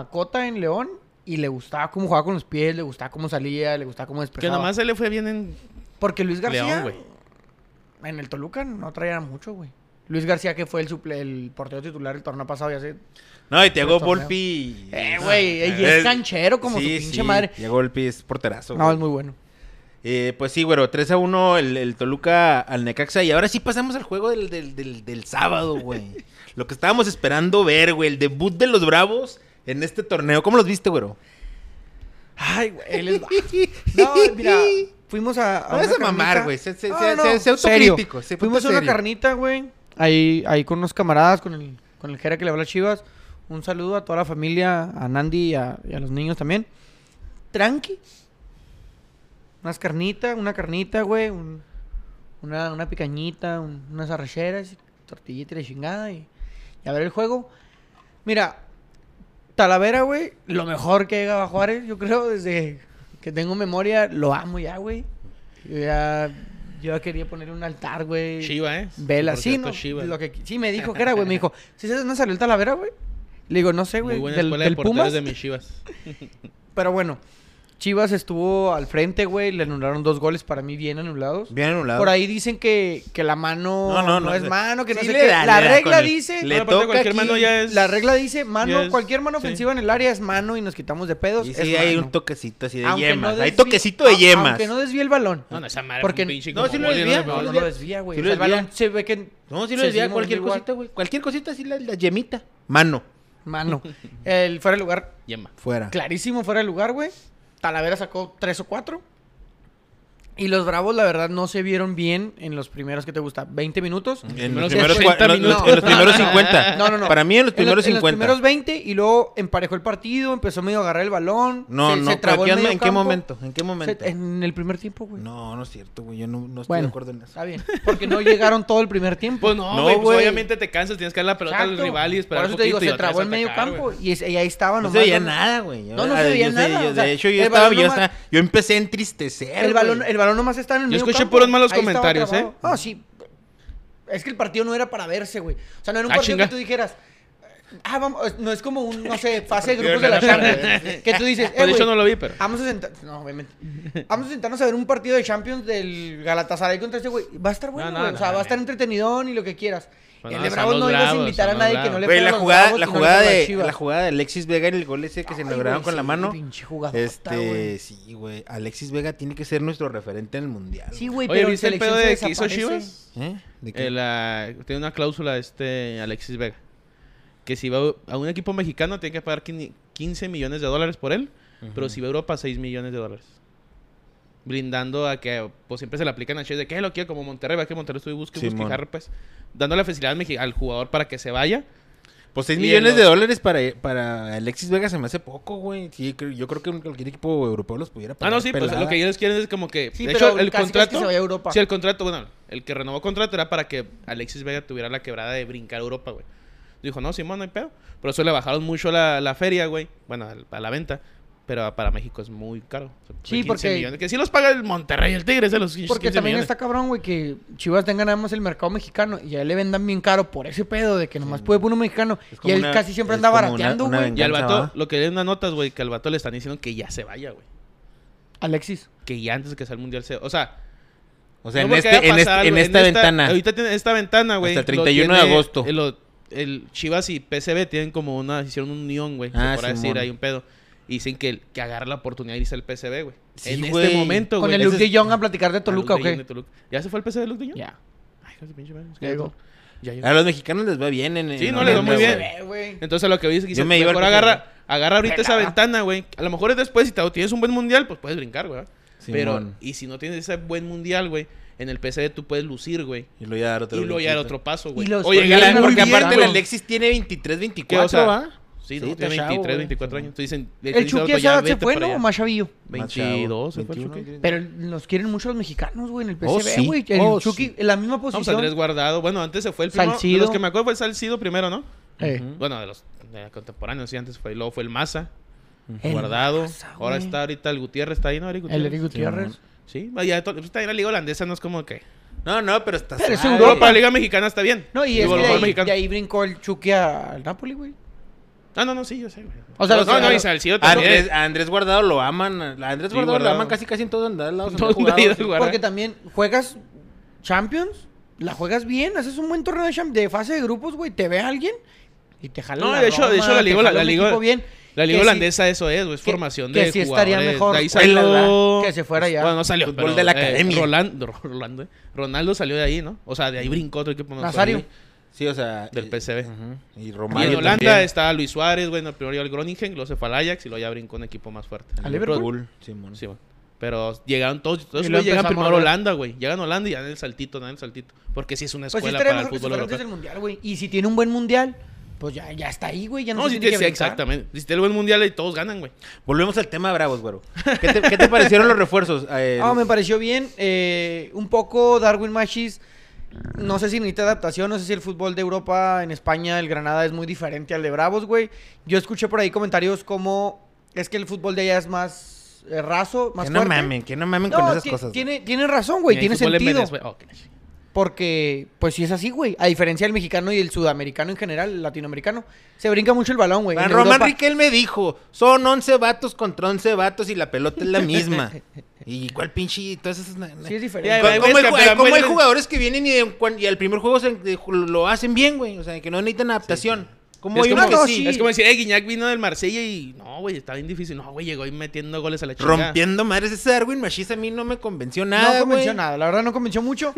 S1: a Cota en León y le gustaba cómo jugaba con los pies, le gustaba cómo salía, le gustaba cómo
S2: Que
S1: despejaba.
S2: nada más se le fue bien en
S1: Porque Luis García
S2: León, güey.
S1: en el Toluca no traía mucho, güey. Luis García, que fue el, suple- el portero titular el torneo pasado, ya sé.
S3: No, y Tiago
S1: Torneo.
S3: Volpi.
S1: Eh, güey,
S3: Ah,
S1: y es canchero como su pinche madre.
S3: Tiago Volpi es porterazo.
S1: No,
S3: güey.
S1: es muy bueno.
S3: Eh, pues sí, güero, 3 a 1 el, el Toluca al Necaxa. Y ahora sí pasamos al juego del, del, del- del sábado, güey. Lo que estábamos esperando ver, güey, el debut de los Bravos en este torneo. ¿Cómo los viste, güero?
S1: Ay, güey, les va. No, mira, fuimos a. a
S3: No vas
S1: una
S3: a mamar,
S1: carnita.
S3: güey, se- se-
S1: No,
S3: se-
S1: no,
S3: se- se
S1: serio.
S3: autocrítico, se
S1: Fuimos a
S3: ponte
S1: una
S3: serio.
S1: carnita, güey. Ahí, ahí con unos camaradas, con el, con el Jera que le habla a Chivas. Un saludo a toda la familia, a Nandi y a, y a los niños también. Tranqui. Unas carnitas, una carnita, güey. un- una, una picañita, un- unas arracheras, tortillita y la chingada. Y, y a ver el juego. Mira, Talavera, güey, lo mejor que llega a Juárez, yo creo, desde que tengo memoria, lo amo ya, güey. Yo ya, yo ya quería poner un altar, güey.
S2: Chiva, ¿eh?
S1: Vela,
S2: Por
S1: sí,
S2: cierto,
S1: no,
S2: Chiva.
S1: lo que, sí, me dijo que era, güey. Me dijo, ¿sí sabes dónde salió el Talavera, güey? Le digo, no sé,
S2: Muy
S1: güey.
S2: buena
S1: Del,
S2: escuela
S1: del
S2: de porteros
S1: Pumas.
S2: de mis Chivas.
S1: Pero bueno, Chivas estuvo al frente, güey. Le anularon dos goles para mí bien anulados.
S3: Bien anulado.
S1: Por ahí dicen que, que la mano no,
S3: No, no, no
S1: es
S3: sé.
S1: mano, que no
S3: Sí,
S1: sé
S3: le
S1: qué.
S3: da,
S1: la
S3: le da
S1: regla
S3: con el-
S1: dice,
S3: le
S2: No, aparte,
S3: toca
S2: cualquier
S3: aquí,
S2: mano ya es...
S1: la regla dice, mano,
S2: es-
S1: cualquier mano
S2: sí.
S1: ofensiva en el área es mano y nos quitamos de pedos.
S3: Y
S1: es
S3: sí, hay
S1: mano.
S3: un toquecito así de
S1: Aunque no
S3: yemas. hay
S1: desvíe-
S3: toquecito de
S1: au-
S3: yemas.
S1: Aunque no desvíe el balón.
S2: No, no, esa madre
S1: Porque-
S2: fue un pinche
S3: No,
S2: como
S3: sí lo
S2: gol y
S3: desvía,
S2: me-
S1: No,
S3: no
S1: no
S3: desvía.
S1: lo desvía, güey.
S3: Sí
S1: O
S3: lo
S1: sea, el
S3: desvía.
S1: balón se ve que...
S3: No, sí
S1: se
S3: lo desvía
S1: desvía
S3: cualquier
S1: muy igual.
S3: cosita, güey. Cualquier cosita así, la, la yemita. Mano.
S1: Mano. El fuera de lugar,
S2: Yema.
S3: Fuera.
S1: clarísimo fuera de lugar, güey. Talavera sacó tres o cuatro. Y los Bravos, la verdad, no se vieron bien en los primeros que te gusta, 20 minutos.
S3: En los
S2: Primeros
S3: primeros,
S2: 60
S3: cua- no,
S2: minutos.
S3: no, en los primeros
S1: No, no, no.
S3: 50.
S1: No, no, no.
S3: Para mí en los
S1: En
S3: primeros
S1: en
S3: 50.
S1: primeros 20 y luego emparejó el partido, empezó medio a agarrar el balón.
S3: no,
S1: se-
S3: no,
S1: se trabó
S3: ¿en,
S1: el medio
S3: ¿en qué
S1: campo.
S3: momento? ¿En qué
S1: Se-
S3: momento?
S1: en el primer tiempo, güey.
S3: No, no es cierto, güey. Yo no, no estoy
S1: Bueno. Ah,
S3: de acuerdo en eso.
S1: Está bien. Porque no llegaron todo el primer tiempo.
S2: Pues no,
S3: No,
S2: güey. pues
S3: güey.
S2: obviamente te cansas, tienes que dar la pelota al
S1: Exacto.
S2: rival y esperar
S1: Por eso te digo,
S2: un poquito y
S1: se
S2: otra vez
S1: trabó el medio
S2: atacar,
S1: campo
S2: güey.
S1: y, es- y ahí estaba
S3: No
S1: nomás.
S3: se veía
S1: nomás.
S3: nada, güey. Yo-
S1: No, no se
S3: ah,
S1: veía
S3: yo sé,
S1: nada,
S3: yo-
S1: o sea,
S3: de hecho, yo
S1: el
S3: estaba,
S1: balón
S3: yo,
S1: nomás-
S3: estaba- yo empecé a entristecer.
S1: El balón,
S3: güey.
S1: el balón nomás está en el
S2: Yo
S1: medio
S2: escuché
S1: campo.
S2: puros malos
S1: Ahí estaba
S2: comentarios,
S1: trabado.
S2: ¿eh?
S1: No, sí. Es que el partido no era para verse, güey. O sea, no era un
S2: Ah,
S1: partido
S2: chinga.
S1: que tú dijeras... Ah, vamos, no es como un, no sé, fase de
S2: Partido
S1: grupos de la
S2: no era para
S1: Champions. Que tú dices, eh,
S2: Pues de hecho
S1: güey,
S2: no lo vi, pero.
S1: Vamos a sentarnos. No, obviamente. Vamos a sentarnos a ver un partido de Champions del Galatasaray contra este güey. Va a estar bueno,
S2: No, no,
S1: güey. o
S2: no,
S1: sea, va
S2: no.
S1: a estar entretenidón y lo que quieras.
S2: Pues
S1: el
S2: no,
S1: de
S2: son
S1: Bravos
S2: los
S1: no ibas a
S2: Bravos,
S1: invitar a
S2: son
S1: nadie
S2: los
S1: que no le
S3: Güey,
S1: pegara
S3: la
S1: a los
S3: jugada,
S1: Bravos y no
S3: la
S1: le pegara
S3: jugada
S1: a
S3: de
S1: Chivas.
S3: la jugada de Alexis Vega en el gol ese que se
S1: Ay,
S3: lograron
S1: güey,
S3: con la
S1: sí,
S3: mano.
S1: pinche jugadota,
S3: Este,
S1: güey.
S3: sí, güey. Alexis Vega tiene que ser nuestro referente en el mundial.
S1: Sí, güey,
S2: Oye,
S1: pero
S2: ¿viste el pedo de que hizo Chivas?
S3: ¿Eh? ¿De qué?
S2: Eh, la- tiene una cláusula este Alexis Vega. Que si va a un equipo mexicano tiene que pagar 15 15 millones de dólares por él. Pero si va a Europa, 6 millones de dólares. Brindando a que pues siempre se le aplican a Chivas de que "Eh, lo quiero como Monterrey, va que Monterrey estuvo y busque, busque,
S3: Simón.
S2: y jarre, pues. Dando la facilidad al, mexi- al jugador para que se vaya.
S3: Pues 6
S2: Y
S3: millones
S2: en
S3: de
S2: los-
S3: dólares para, para Alexis Vega se me hace poco, güey. Sí, creo- yo creo que un- cualquier equipo europeo los pudiera
S2: Ah,
S3: pagar
S2: no, sí, pues
S3: pelada.
S2: lo que ellos quieren es como que.
S1: Sí,
S2: de
S1: pero
S2: hecho,
S1: casi, casi
S2: el
S1: que
S2: contrato.
S1: se vaya a Europa.
S2: Sí, el contrato, bueno, el que renovó contrato era para que Alexis Vega tuviera la quebrada de brincar a Europa, güey. Dijo, no, Simón, no hay pedo. Por eso le bajaron mucho la, la feria, güey. Bueno, al- a la venta. Pero para México es muy caro. O sea,
S1: Sí,
S2: 15
S1: porque-
S2: millones, que sí los paga el Monterrey, el Tigres, de los 15
S1: Porque también
S2: millones.
S1: está cabrón, güey, que Chivas tenga nada más el mercado mexicano y a él le vendan bien caro por ese pedo de que nomás puede uno mexicano.
S3: Es
S1: Y
S3: como
S1: él
S3: una-
S1: casi siempre
S3: es
S1: anda
S3: como una-
S1: barateando,
S3: una
S1: güey.
S3: venganza.
S2: Y al vato,
S3: ¿va?
S2: lo que le unas notas, güey, que al vato le están diciendo que ya se vaya, güey.
S1: Alexis.
S2: Que ya antes de que sea el mundial se. O sea,
S3: O sea,
S2: No,
S3: en,
S2: porque
S3: este,
S2: vaya a
S3: en,
S2: pasar,
S3: este- en
S2: güey,
S3: esta ventana.
S2: Ahorita tiene esta ventana, güey.
S3: Hasta el
S2: lo
S3: 31 de
S2: tiene-
S3: agosto.
S2: El, lo- el Chivas y PCB tienen como una. Hicieron una unión, güey.
S3: Ah,
S2: se podrá decir,
S3: Simón.
S2: hay un pedo. Y dicen que, que agarra la oportunidad y irse al PCB, güey.
S3: Sí,
S2: en
S3: güey.
S2: este momento,
S1: Con
S2: güey.
S1: el
S2: ese
S1: Luke de
S2: es-
S1: Jong a platicar de
S2: Ah, Luke
S1: Toluca, ¿o
S2: de Jong de
S1: qué?
S2: Toluca. ¿Ya se fue el PCB de Luke de Jong?
S1: Ya.
S2: Ay, hijo de su pinche madre, nos
S1: Ya
S2: queda
S1: llegó.
S2: otro. Ya llegó.
S3: A los mexicanos les va bien en
S2: Sí,
S3: en
S2: no les va
S3: Holanda,
S2: muy bien.
S3: güey.
S1: Eh, güey.
S2: Entonces, lo que dices que
S3: Yo me iba
S2: mejor
S3: al PCB.
S2: agarra, agarra ahorita esa
S1: Pelada.
S2: ventana, güey. A lo mejor es después, si te- tienes un buen mundial, pues puedes brincar, güey. Pero,
S3: Simón.
S2: y si no tienes ese buen mundial, güey, en el PCB tú puedes lucir, güey.
S3: Y lo voy a dar otro.
S2: Y luego ya era
S3: brinquito.
S2: otro paso, güey.
S1: Y los-
S2: Oye,
S1: porque
S2: gana
S1: la-
S2: muy
S3: Porque
S2: bien,
S3: aparte el
S2: güey.
S3: Alexis tiene 23, 24,
S2: Que, o sea,
S3: ¿va?
S2: Sí, no,
S3: Sí,
S2: tiene
S3: está chavo,
S2: 23,
S3: güey.
S2: 24 años. Tú dicen,
S1: El Chucky a esa edad se fue, ¿no? O más chavillo.
S3: Más chavo.
S2: 22 se fue el
S3: 21,
S2: Chucky.
S3: 22.
S1: Pero nos quieren mucho los mexicanos, güey, en el PCB,
S3: Oh, sí.
S1: güey. El
S3: Oh,
S1: Chucky,
S3: sí.
S1: en la misma
S2: No, pues
S1: posición.
S2: Andrés Guardado. Bueno, antes se fue el primero. De
S1: Salcido.
S2: los que me acuerdo fue Salcido primero, ¿no?
S1: Eh.
S3: Ujú.
S2: Bueno, de los de contemporáneos, sí, antes fue. Luego fue el Maza,
S1: El
S2: Guardado.
S1: Maza,
S2: Ahora
S1: güey.
S2: está ahorita el Gutiérrez, está ahí, ¿no? Eric
S1: El
S2: Gutiérrez.
S1: Eric Gutiérrez.
S3: Sí,
S2: Sí, vaya, to- pues, está ahí la Liga Holandesa, no es como que.
S3: No, no, pero está
S1: Pero es
S3: suave.
S1: Europa.
S2: Europa, Liga Mexicana está bien.
S1: No, y es
S2: Digo,
S1: que
S2: el
S1: de
S2: fútbol
S1: ahí,
S2: mexicano.
S1: de ahí brincó el Chucky al Napoli, güey.
S2: Ah, no, no, sí, yo sé, güey.
S1: O sea,
S2: no,
S1: los-
S2: no, no, y
S1: los- Ah,
S2: Salcido
S3: Andrés,
S2: también.
S3: a Andrés Guardado lo aman. A Andrés
S2: Sí,
S3: Guardado,
S2: Guardado.
S3: lo aman casi casi en todos lados.
S2: Todo
S3: donde ha
S2: el
S3: jugado.
S2: Guardado.
S1: Porque también juegas Champions, la juegas bien, haces un buen torneo de, champ- de fase de grupos, güey. Te ve alguien y te jala.
S2: No,
S1: la
S2: de hecho- de hecho, la
S1: te
S2: liga- la-
S1: jala
S2: la
S1: un
S2: liga-
S1: equipo bien.
S2: La liga
S1: Que sí-
S2: holandesa eso es, güey, es
S1: que-
S2: formación
S1: que
S2: de
S1: sí estaría
S2: jugadores.
S1: mejor,
S2: De ahí
S1: pues,
S2: salió...
S1: que se fuera ya.
S2: Bueno, no salió,
S3: Fútbol
S2: pero,
S3: de la
S2: eh,
S3: academia.
S2: Rolando, Rolando, eh, Ronaldo salió de ahí, ¿no? O sea, de ahí brincó otro equipo. más
S1: Nazario.
S2: fuerte.
S3: Sí, o sea.
S2: Del
S3: eh,
S2: PSV.
S3: ujú. Y
S2: Y
S3: Romario.
S2: en Holanda
S3: también.
S2: estaba Luis Suárez, bueno, primero llegó el Groningen, luego se fue al Ajax y luego ya brincó un equipo más fuerte.
S1: ¿A
S3: Al
S1: Liverpool?
S3: Simón.
S2: Sí, güey. Pero llegaron todos, todos
S1: Y
S2: güey,
S1: luego
S2: llegan
S1: empezó a
S2: primero a
S1: morder.
S2: Holanda, güey. Llegan a Holanda y dan el saltito, dan el saltito. Porque sí es una
S1: Pues sí
S2: escuela
S1: estaría
S2: para el
S1: mejor que se
S2: fútbol
S1: fuera antes del
S2: europeo.
S1: mundial, güey. Y si tiene un buen mundial, pues ya, ya está ahí, güey. Ya no,
S2: No,
S1: se
S2: sí,
S1: tiene que
S2: sí,
S1: brincar.
S2: exactamente. Si te el buen mundial y todos ganan, güey.
S3: Volvemos al tema Bravos, güero. ¿Qué te, qué te parecieron los refuerzos? Eh,
S1: Ah, me pareció bien. eh, un poco Darwin Machis. No sé si necesita adaptación, no sé si el fútbol de Europa en España, el Granada es muy diferente al de Bravos, güey. Yo escuché por ahí comentarios como es que el fútbol de allá es más eh, raso, más
S3: que no
S1: fuerte.
S3: mamen, que no mamen
S1: No,
S3: con esas
S1: ti-
S3: cosas. güey.
S1: Tiene, tiene razón, güey,
S2: Ni hay
S1: tiene
S2: fútbol en
S1: sentido.
S2: Venezuela. Oh, que la chingada.
S1: Porque, pues sí es así, güey. A diferencia del mexicano y el sudamericano en general, el latinoamericano, se brinca mucho el balón, güey.
S3: Van
S1: En
S3: Román
S1: Europa-
S3: Riquel me dijo, son 11 vatos contra 11 vatos y la pelota es la misma. ¿Y cuál pinche? Todas esas...
S1: Sí es
S2: Ya,
S1: diferente.
S2: güey.
S3: ¿Cómo,
S2: hay güeyes
S3: cómo hay,
S2: que
S3: ju-
S2: apelan
S3: cómo hay
S2: veces-
S3: jugadores que vienen y, en cuan- y al primer juego se- de- lo hacen bien, güey? O sea, que no necesitan adaptación. Como
S2: Es
S3: hay
S2: como,
S3: uno que
S2: que-
S3: sí.
S2: es como decir, eh, Guiñac vino del Marsella y no, güey, está bien difícil. No, güey, llegó y metiendo goles a la chingada.
S3: Rompiendo madres ese Darwin Machis a mí no me convenció nada,
S1: no convenció
S3: güey.
S1: nada, la verdad no convenció mucho.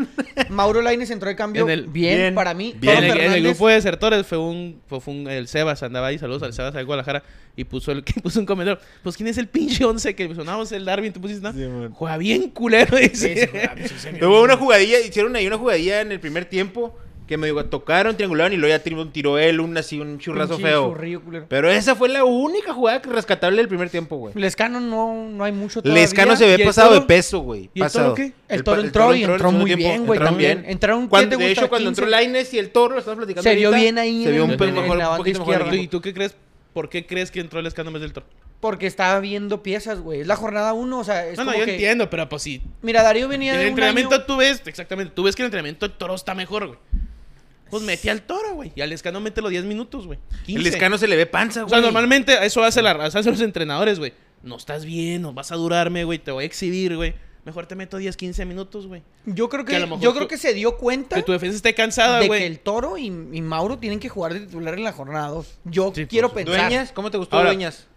S1: Mauro Laines entró de cambio
S2: En el-
S1: bien,
S3: bien,
S1: para mí. Pablo
S3: bien.
S2: En el, en el
S1: Fernández-
S2: grupo de desertores fue un, fue, fue un- el Sebas andaba ahí, saludos al Sebas de Guadalajara, y puso el que puso un comentario, pues quién es el pinche once que sonamos el Darwin, tú pusiste nada.
S3: Sí, man.
S2: Juega bien culero,
S1: Sí,
S2: dice.
S1: sí, sí, sí, señor.
S3: Hubo una jugadilla, hicieron ahí una jugadilla en el primer tiempo que me digo, tocaron, triangularon y luego ya tiró un tiro él, un así, un churrazo
S1: Pinche
S3: feo.
S1: churrillo, culero.
S3: Pero esa fue la única jugada que- rescatable del primer tiempo, güey.
S1: Lescano no, no hay mucho todavía.
S3: Lescano se
S2: ¿Y
S3: ve
S2: el
S3: pasado
S2: toro?
S3: de peso, güey.
S2: ¿Y el
S3: Pasado.
S2: toro qué?
S1: El
S3: pa-
S1: toro entró y
S3: en
S1: entró
S3: el
S1: muy
S3: segundo tiempo.
S1: bien, güey,
S3: Entraron
S1: también.
S3: bien.
S1: Entraron, ¿qué
S3: Cuando-
S1: te
S3: De
S1: gusta?
S3: hecho, cuando entró
S1: 15.
S3: Laines y el toro, lo estamos platicando
S1: Se vio
S3: ahorita,
S1: bien ahí
S3: Se vio
S1: en-
S3: un pe-
S2: en- en
S3: mejor,
S1: la
S3: un
S1: banda
S3: poquito mejor.
S1: izquierda.
S2: ¿Y tú qué crees? ¿Por qué crees que entró el escándalo del toro?
S1: Porque estaba viendo piezas, güey. Es la jornada uno, o sea, es
S2: no, no,
S1: como
S2: yo
S1: que-
S2: entiendo, pero pues sí.
S1: Mira, Darío venía
S2: En el
S1: de un año-
S2: entrenamiento tú ves, exactamente, tú ves que el entrenamiento del toro está mejor, güey. Pues metí al toro, güey. Y al escano mete los 10 minutos, güey. 15.
S3: El Lescano se le ve
S2: O
S3: panza, güey.
S2: sea, normalmente eso hace, la, eso hace los entrenadores, güey. No estás bien, no vas a durarme, güey. Te voy a exhibir, güey. Mejor te meto 10, 15 minutos, güey.
S1: Yo creo que,
S2: Que a lo mejor
S1: yo
S2: tú-
S1: creo que se dio cuenta
S2: Que tu defensa esté cansada,
S1: de que el
S2: güey.
S1: Toro y, y Mauro tienen que jugar de titular en la jornada 2. Yo
S2: Sí,
S1: quiero
S2: por
S1: pensar. Dueñas,
S3: Dueñas, ¿cómo te gustó
S2: Ahora-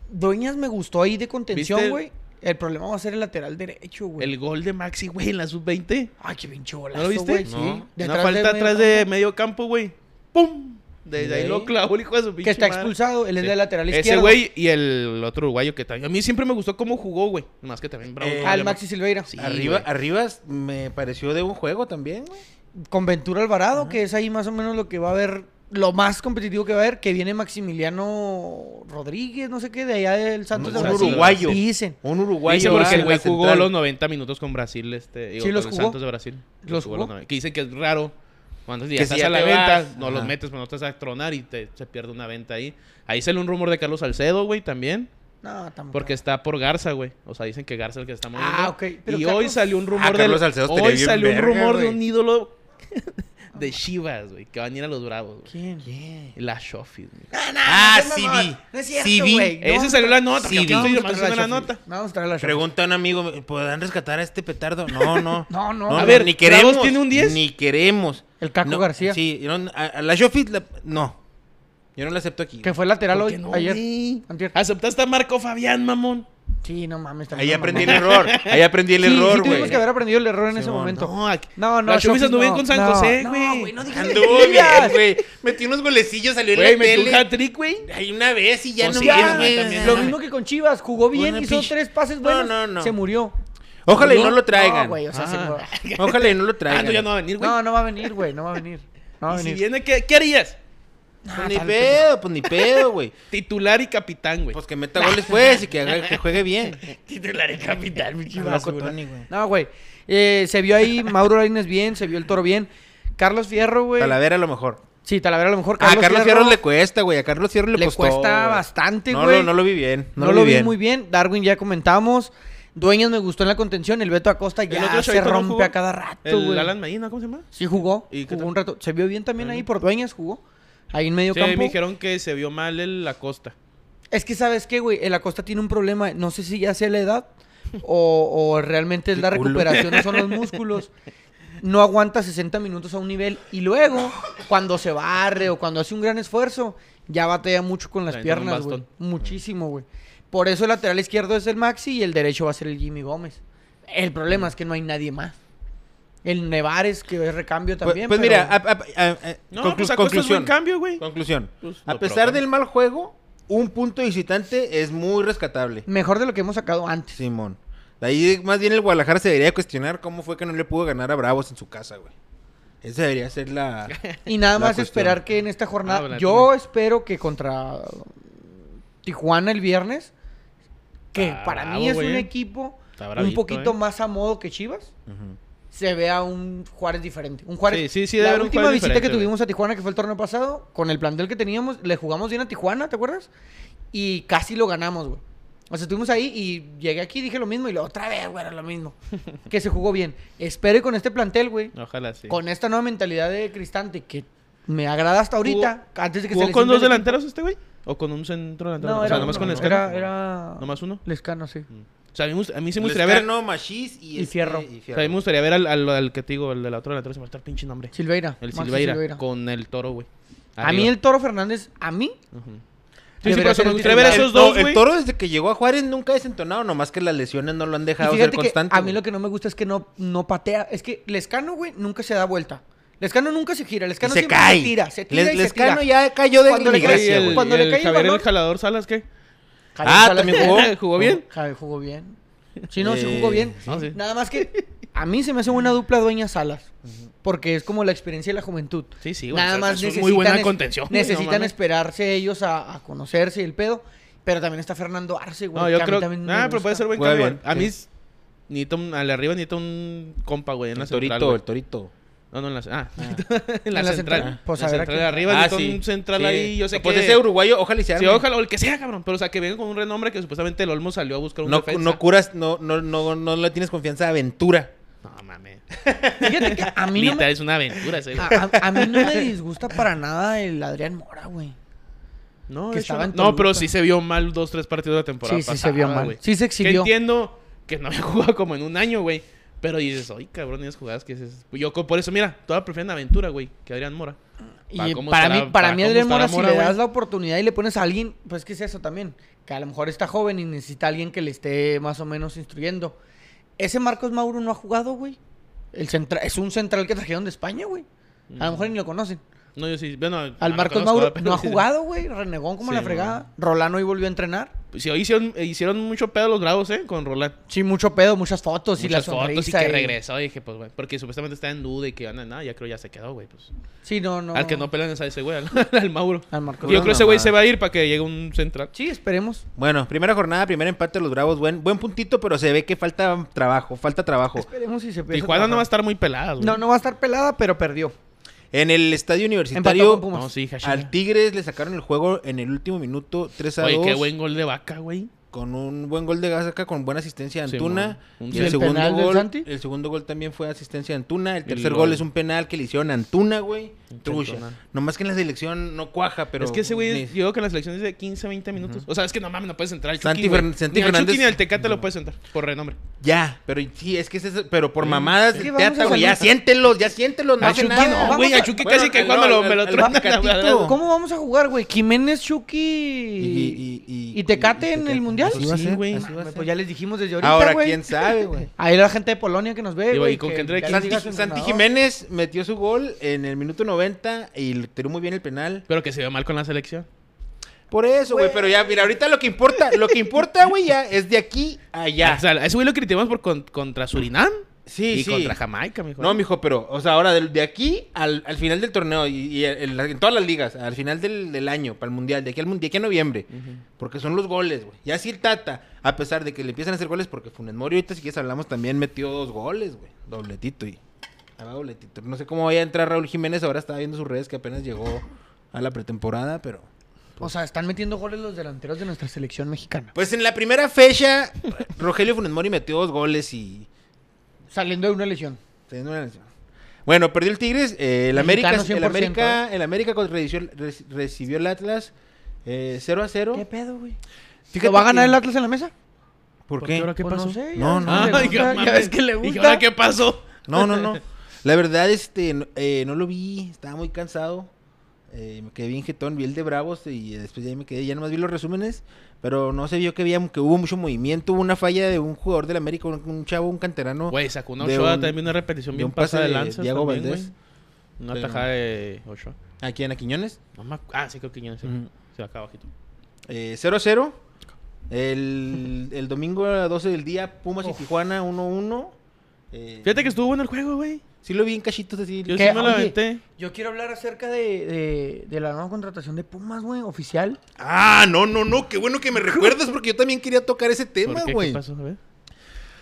S3: Dueñas?
S1: me gustó ahí de contención,
S2: ¿Viste?
S1: güey. El problema va a ser el lateral derecho,
S2: El,
S1: güey.
S2: gol de Maxi, güey, en la sub-20.
S1: Ay, qué pinche
S2: ¿No lo
S1: golazo,
S2: viste?
S1: güey.
S2: No.
S1: Sí.
S2: Una falta atrás de medio campo, güey. ¡Pum! Desde
S3: ¿Y
S2: ahí
S3: ahí?
S2: lo clavó el hijo de su pinche
S1: Que está
S2: madre.
S1: expulsado, él es
S2: Sí.
S1: de lateral
S2: Ese
S1: izquierdo.
S2: güey y el otro uruguayo que también. A mí siempre me gustó cómo jugó, güey. Más que también Bravo.
S3: Eh,
S2: no
S1: Al
S2: le-
S1: Maxi Silveira.
S2: Sí,
S3: Arriba,
S2: güey.
S3: Arribas me pareció de un juego también, güey.
S1: Con Ventura Alvarado, que es ahí más o menos lo que va a haber, lo más competitivo que va a haber, que viene Maximiliano Rodríguez, no sé qué, de allá del Santos
S3: Un
S1: de Brasil.
S3: uruguayo.
S1: Dicen.
S3: Un uruguayo.
S2: Dice porque el güey
S3: ah,
S2: jugó
S3: central.
S2: los 90 minutos con Brasil, este, digo,
S1: Sí, los
S2: con el
S1: jugó.
S2: Santos de Brasil.
S1: Los jugó.
S2: 90. Que dicen que es raro. Cuando ya
S3: Que
S2: estás
S3: si ya
S2: a la
S3: te
S2: venta,
S3: vas.
S2: no los
S3: Ajá.
S2: metes, pero no te vas a tronar y te, se pierde una venta ahí. Ahí sale un rumor de Carlos Salcedo, güey, también.
S1: No, tampoco.
S2: Porque está por Garza, güey. O sea, dicen que Garza es el que está moviendo.
S1: Ah, ok. Pero
S2: y hoy
S1: Carlos-
S2: salió un rumor
S3: Ah,
S2: de.
S3: Carlos Salcedo estaría
S2: Hoy
S3: bien
S2: salió un
S3: verga,
S2: rumor de
S3: güey.
S2: un ídolo de Chivas, güey. Que van a ir a los bravos, güey.
S1: ¿Quién?
S2: La Shofi, güey.
S3: Ah,
S1: no seas
S3: sí
S1: mamón.
S3: vi.
S1: No es cierto,
S3: Sí vi.
S1: güey. No,
S2: Esa salió la nota.
S3: Sí,
S2: que
S3: vi.
S2: estoy
S1: vamos a
S2: nomás
S1: traer
S2: haciendo
S1: la
S2: la
S1: Shofi.
S2: nota.
S1: Vamos a traer la Shofi.
S3: Pregunta a un amigo, ¿podrán rescatar a este petardo? No, no.
S1: No, no.
S3: No,
S1: A
S3: no,
S1: ver,
S3: ni
S2: Bravos
S3: queremos.
S2: tiene un 10.
S3: Ni queremos.
S1: El Caco
S3: No,
S1: García,
S3: Sí, yo no- a, a la Shofit, la- no. Yo no la acepto aquí.
S1: que fue lateral
S2: ¿Por
S1: hoy,
S2: qué no,
S1: ayer.
S2: güey?
S1: antier.
S2: Aceptaste a Marco Fabián, mamón.
S1: Sí, no mames.
S3: Ahí
S1: también,
S3: aprendí el
S1: mamá.
S3: error. Ahí aprendí el
S1: Sí, sí
S3: error,
S1: tuvimos
S3: güey.
S1: que haber aprendido el error en ese
S3: Simón.
S1: momento.
S2: No, aquí-
S1: No, no,
S2: las
S1: Shofi
S2: Chofis anduvieron con San
S1: no,
S2: José,
S1: no,
S2: güey.
S1: no digas
S3: Anduvo bien,
S1: mentiras.
S3: güey. Metí unos golecillos, salió en
S2: Güey,
S3: la
S2: metió un
S3: tele.
S2: hat-trick, güey.
S3: Hay una vez y ya
S2: Pues
S3: no
S2: sí,
S3: más,
S2: güey,
S3: güey.
S2: también.
S1: eh, Lo
S2: no,
S1: mismo que con Chivas, jugó bien,
S3: Una
S1: hizo
S3: pinche-
S1: tres pases
S3: No,
S1: buenos,
S3: no, no.
S1: se murió.
S3: Ojalá y no
S1: ¿Murió?
S3: lo traigan.
S1: No, güey, o sea, se
S2: Ah.
S1: murió.
S3: Ojalá y no lo traigan.
S2: Ah, no, ya no va a venir, güey.
S1: No, no va a venir, güey, no va a venir. No va a
S2: y si
S1: venir.
S2: viene, ¿qué, qué harías?
S3: Pues ni
S1: Ah, tal,
S3: pedo, pues ni pedo, güey.
S2: Titular y capitán, güey.
S3: Pues que meta goles, pues, y que, haga- que juegue bien.
S2: titular y capitán, mi
S3: Loco, Tony, güey.
S1: No, güey. Eh, se vio ahí Mauro Lainez bien, se vio el toro bien. Carlos Fierro, güey.
S3: Talavera a lo mejor.
S1: Sí, Talavera a lo mejor.
S3: a Carlos Fierro le cuesta, güey. A Carlos Fierro le,
S1: le
S3: costó.
S1: cuesta
S3: güey.
S1: bastante,
S3: No
S1: güey.
S3: lo- No, lo vi bien.
S1: No, lo vi muy bien. Darwin ya comentamos. Dueñas me gustó en la contención. El Beto Acosta
S2: El otro
S1: ya se
S2: chavito no
S1: rompe
S2: jugó.
S1: a cada rato,
S2: El
S1: güey.
S2: Alan Medina, ¿cómo se llama?
S1: Sí jugó.
S2: ¿Y qué
S1: jugó
S2: tal?
S1: un rato. Se vio bien también ahí por Dueñas, jugó. Ahí en medio
S2: Sí,
S1: campo.
S2: me dijeron que se vio mal el Acosta.
S1: Es que, ¿sabes qué, güey? El Acosta tiene un problema. No sé si ya sea la edad o, o realmente es la
S3: El culo.
S1: recuperación o son los músculos. No aguanta 60 minutos a un nivel. Y luego, cuando se barre o cuando hace un gran esfuerzo, ya batalla mucho con las
S2: Ahí tiene un
S1: piernas, güey.
S2: bastón.
S1: Muchísimo, güey. Por eso el lateral izquierdo es el Maxi y el derecho va a ser el Jimmy Gómez. El problema es que no hay nadie más. El Nevares, que es recambio
S3: Pues,
S1: también.
S3: pues
S1: pero-
S3: mira, a- a- a- a-
S2: No,
S3: conclu-
S2: pues Acosta es
S3: conclusión.
S2: buen cambio, güey.
S3: Conclusión.
S2: Pues,
S3: a
S2: lo
S3: pesar
S2: probaron.
S3: del mal juego, un punto visitante es muy rescatable.
S1: mejor de lo que hemos sacado antes.
S3: Simón. De ahí más bien el Guadalajara se debería cuestionar cómo fue que no le pudo ganar a Bravos en su casa, güey. Esa debería ser la...
S1: Y nada
S3: La
S1: más
S3: cuestión.
S1: esperar que en esta
S2: Ah,
S1: jornada.
S2: bueno,
S1: yo espero que contra Tijuana el viernes, que
S2: Está
S1: para mí
S2: bravo,
S1: es un
S2: güey.
S1: equipo
S2: Está
S1: un
S2: bravito,
S1: poquito
S2: eh.
S1: más a modo que Chivas,
S3: Ujú.
S1: se vea un Juárez diferente. Un Juárez.
S2: Sí, sí, sí, debe
S1: La
S2: haber un
S1: última
S2: Juárez
S1: visita que
S2: diferente, güey.
S1: tuvimos a Tijuana, que fue el torneo pasado, con el plantel que teníamos, le jugamos bien a Tijuana, ¿te acuerdas? Y casi lo ganamos, güey. O sea, estuvimos ahí y llegué aquí, dije lo mismo y lo otra vez, güey, era lo mismo. que se jugó bien. Espero y con este plantel, güey,
S2: Ojalá sí.
S1: con esta nueva mentalidad de Cristante que me agrada hasta ahorita, antes de que se
S2: ¿Jugó
S1: lesione
S2: con dos
S1: el-
S2: delanteros este güey? ¿O con un centro delantero?
S1: No,
S2: o
S1: era,
S2: sea, nomás
S1: uno,
S2: con
S1: ¿no?
S2: Lescano.
S1: era, era
S2: ¿Nomás uno?
S1: Lescano, sí.
S2: O sea, a mí, me gust- a mí sí me gustaría ver...
S3: Lescano, Machís y,
S1: Y Fierro.
S3: este- y
S2: o sea, a mí me gustaría ver al, al, al que te digo, el del otro delantero, se me va a estar pinche nombre.
S1: Silveira.
S2: El
S1: Maxi
S2: Silveira, con el Toro, güey.
S1: A mí
S2: Arriba.
S1: el Toro Fernández, a mí,
S2: Ujú. Sí, sí,
S1: Debería
S2: por eso
S1: ser
S2: me
S1: el
S2: gustaría ver a
S1: titular.
S2: esos dos,
S3: el
S2: güey.
S3: toro desde que llegó a Juárez nunca ha desentonado, nomás que las lesiones no lo han
S1: Y
S3: dejado ser
S1: fíjate que
S3: constante.
S1: a mí
S3: güey.
S1: lo que no me gusta es que no, no patea. Es que Lescano, güey, nunca se da vuelta. Lescano nunca se gira.
S3: Y
S1: Lescano
S3: se
S1: siempre
S3: cae.
S1: se tira. Se tira
S3: Les-
S1: y
S3: Lescano
S1: se tira.
S3: ya cayó de
S1: Cuando le
S2: Oye,
S1: Gracias,
S2: y
S3: gracia,
S1: cae
S2: el,
S3: güey.
S1: Cuando
S2: y
S1: le
S2: el
S1: cae el
S2: Javier el
S1: balón.
S2: Jalador Salas, ¿qué?
S1: Javier
S3: Ah,
S1: Salas-
S3: ¿también jugó?
S2: ¿Jugó bien?
S1: Javier jugó bien. Sí, no, sí
S3: Eh,
S1: jugó bien.
S2: no, sí.
S1: Nada más que a mí se me hace buena dupla Dueña Salas. Porque es como la experiencia de la juventud.
S2: Sí, sí, güey.
S1: Nada
S2: Salas
S1: más
S2: es
S1: necesitan,
S2: muy buena
S1: es-
S2: contención. güey, no
S1: necesitan
S2: mames.
S1: esperarse ellos a, a conocerse y el pedo. Pero también está Fernando Arce, güey.
S2: No,
S1: que
S2: yo
S1: a mí
S2: creo.
S1: también me
S2: Ah, pero puede
S1: gusta.
S2: ser buen
S3: Juega
S2: cambio.
S3: bien,
S2: A
S3: sí.
S2: mí es- necesito un- al de arriba necesito un compa, güey, en la
S3: El
S2: central.
S3: torito,
S2: güey.
S3: el torito.
S2: No, no, en la, ah, en la
S1: En la
S2: central.
S1: central. Pues,
S2: En la
S1: a ver a
S2: central de
S1: quién.
S2: arriba, necesito un central
S3: Ah, sí.
S2: ahí, yo sé
S3: Pues
S2: que...
S3: ese uruguayo, ojalá y se
S2: Sí,
S3: arme.
S2: ojalá, o el que sea, cabrón. Pero, o sea, que venga con un renombre que supuestamente el Olmo salió a buscar un
S3: No,
S2: defensa.
S3: no curas, no, no, no, no le tienes confianza a Ventura.
S2: No, mames.
S1: Fíjate que a mí no
S2: Lita,
S1: me,
S2: es una aventura ese, güey.
S1: a- a- a mí no me disgusta para nada el Adrián Mora, güey.
S2: No,
S1: que
S2: de
S1: estaba en
S2: no. No, pero
S1: Toluca.
S2: sí se vio mal dos, tres partidos de la temporada
S1: Sí, sí se vio
S2: pasada,
S1: mal.
S2: güey.
S1: Sí se
S2: Que
S1: exhibió.
S2: entiendo que no había jugado como en un año, güey. Pero dices, ay, cabrón, esas jugadas que es Yo co- por eso, mira, toda prefieren Aventura, güey, que Adrián Mora.
S1: Y
S2: Para
S1: para,
S2: cómo
S1: mí,
S2: estará-
S1: para,
S2: para
S1: mí
S2: cómo
S1: Adrián
S2: estará
S1: Mora, si
S2: Mora,
S1: le
S2: güey.
S1: das la oportunidad y le pones a alguien, pues que es eso también, que a lo mejor está joven y necesita a alguien que le esté más o menos instruyendo. Ese Marcos Mauro no ha jugado, güey. El central, es un central que trajeron de España, güey. A lo mejor ni lo conocen.
S2: No, yo sí, bueno...
S1: Al
S2: Ah, no
S1: Marcos
S2: conozco,
S1: Mauro
S2: pero
S1: no ha
S2: sí-
S1: jugado, güey. Renegón como
S2: Sí,
S1: la fregada. Rolano hoy volvió a entrenar.
S2: Pues, sí, hoy hicieron, eh, hicieron mucho pedo los bravos, ¿eh? Con Roland.
S1: Sí, mucho pedo, muchas fotos y Pues la
S2: Muchas fotos y
S1: sonrisa
S2: que
S1: y-
S2: regresó. Y dije, pues, güey, porque supuestamente está en duda y que van a nada. Ya creo ya se quedó, güey, pues.
S1: Sí, no, no.
S2: Al que no pelan es a ese güey, al, al Mauro.
S1: Al Marcos
S2: Yo creo que ese güey
S3: mamada.
S2: se va a ir para que llegue un central.
S1: Sí, esperemos.
S3: Bueno, primera jornada, primer empate de los Bravos. Buen, buen puntito, pero se ve que falta trabajo, falta trabajo.
S1: Esperemos si se empieza
S2: Tijuana no
S1: trabajar.
S2: va a estar muy pelada, güey.
S1: No, no va a estar pelada, pero perdió.
S3: En el estadio
S1: Empató
S3: universitario,
S1: con Pumas.
S2: No, sí, Hashira.
S3: al Tigres le sacaron el juego en el último minuto 3 a
S2: Oye,
S3: 2.
S2: qué buen gol de vaca, güey.
S3: Con un buen gol de Gazaca, con buena asistencia de
S2: Sí,
S3: Antuna.
S2: mon. Un
S3: y el,
S1: ¿El
S3: segundo
S1: penal del
S3: gol,
S1: Santi?
S3: el segundo gol también fue asistencia de Antuna. El tercer
S2: el
S3: gol
S2: gol.
S3: es un penal que le hicieron a Antuna, güey. Trucha.
S2: Antuna.
S3: Nomás que en la selección no cuaja, pero.
S2: es que ese güey,
S3: ni-
S2: yo creo que en la selección es de 15, 20 minutos. O sea, es que no mames, no puedes entrar al
S3: Santi
S2: Chucky, güey.
S3: Fern- Santi
S2: ni al
S3: Fernández-
S2: Chucky ni al Tecate lo puedes entrar, por renombre.
S3: Ya, pero sí, es que ese es- pero por mamadas,
S1: Es que
S3: el
S1: vamos
S3: teatro,
S1: a
S3: güey, ya
S1: salir-
S3: siéntelos, ya siéntelos, no
S2: Al
S3: hace
S2: Chucky
S3: nada.
S1: no,
S3: güey.
S1: güey, al
S2: Chucky
S3: Bueno,
S2: casi que
S3: al-
S2: cuando lo-
S3: al-
S2: me lo
S3: al
S2: truenan, la
S3: Tecatito.
S2: verdad.
S1: ¿Cómo vamos a jugar, güey? Jiménez, Chucky
S3: Y,
S1: y,
S3: y,
S1: y Tecate en el Mundial.
S3: Así va a
S2: Sí,
S3: ser,
S2: güey.
S3: así va a
S1: Mames,
S3: ser.
S1: Pues ya les dijimos desde ahorita,
S3: Ahora,
S1: güey.
S3: quién sabe, güey.
S1: Ahí la gente de Polonia que nos ve,
S2: Digo,
S1: güey.
S2: y con
S1: que
S2: que entre
S1: ya les
S2: aquí-
S3: Santi,
S1: diga su
S3: Santi
S1: entrenador.
S3: Jiménez metió su gol en el minuto 90 y le tiró muy bien el penal.
S2: Pero que se vio mal con la selección.
S3: Por eso, güey, pero ya, mira, ahorita lo que importa, lo que importa, güey, ya es de aquí a allá.
S2: O sea, a ese güey lo criticamos por con- contra Surinam
S3: Sí,
S2: y
S3: sí.
S2: contra Jamaica, mijo.
S3: No, mijo, pero, o sea, ahora de, de aquí al, al final del torneo y, y en, la- en todas las ligas, al final del, del año, para el mundial, de aquí al mundial, de aquí a noviembre, porque son los goles, güey. Ya sí el Tata, a pesar de que le empiezan a hacer goles, porque Funes Mori, ahorita si quieres hablamos, también metió dos goles, güey. Dobletito y. ah, va dobletito. No sé cómo vaya a entrar Raúl Jiménez, ahora estaba viendo sus redes que apenas llegó a la pretemporada, pero.
S1: O sea, están metiendo goles los delanteros de nuestra selección mexicana.
S3: Pues en la primera fecha, Rogelio Funes Mori metió dos goles y.
S1: Saliendo de una lesión.
S3: Teniendo una lesión. Bueno, perdió el Tigres. eh, el, América,
S1: Mexicano
S3: el
S1: 100%,
S3: América, el América con- recibió, reci- recibió el Atlas eh, 0 a 0.
S1: ¿Qué pedo, güey?
S3: Fíjate
S1: ¿Lo va a ganar
S3: que-
S1: el Atlas en la mesa?
S3: ¿Por
S2: ¿Por
S3: qué?
S2: qué ahora qué
S1: Pues
S2: pasó?
S1: No sé.
S3: No,
S1: ya
S3: no.
S1: ves que le gusta,
S2: Ay, mames.
S1: ya ves que le
S2: ¿Y ahora
S1: gusta.
S2: qué pasó?
S3: No, no, no. La verdad, este, no, eh, no lo vi. Estaba muy cansado. eh, me quedé bien jetón, vi el de Bravos y después ya me quedé. Ya nomás vi los resúmenes, pero no se vio que, había, que hubo mucho movimiento. Hubo una falla de un jugador del América, un, un chavo, un canterano.
S2: Güey, sacó una
S3: De
S2: Ochoa
S3: un-
S2: también, una repetición
S3: de
S2: bien
S3: un pase
S2: pasada de
S3: de
S2: lanza.
S3: Diego
S2: también,
S3: Valdés.
S2: güey. Una
S3: Pero-
S2: tajada de Ochoa.
S3: Aquí en Aquiñones.
S2: No me acu- Ah, sí, creo que ya no sé.
S3: Ujú.
S2: Se va acá abajito.
S3: Eh, 0-0. El, el domingo a las 12 del día, Pumas y Tijuana 1-1. Eh,
S2: Fíjate que estuvo bueno el juego, güey.
S3: Sí lo vi en cachitos así.
S2: Yo sí
S1: ¿Qué?
S2: me la
S1: Oye.
S2: aventé.
S1: Yo quiero hablar acerca de, de- de la nueva contratación de Pumas, güey, oficial.
S3: Ah, no, no, no. Qué bueno que me recuerdas porque yo también quería tocar ese tema,
S2: ¿Por qué?
S3: güey.
S2: ¿Qué pasó? A ver.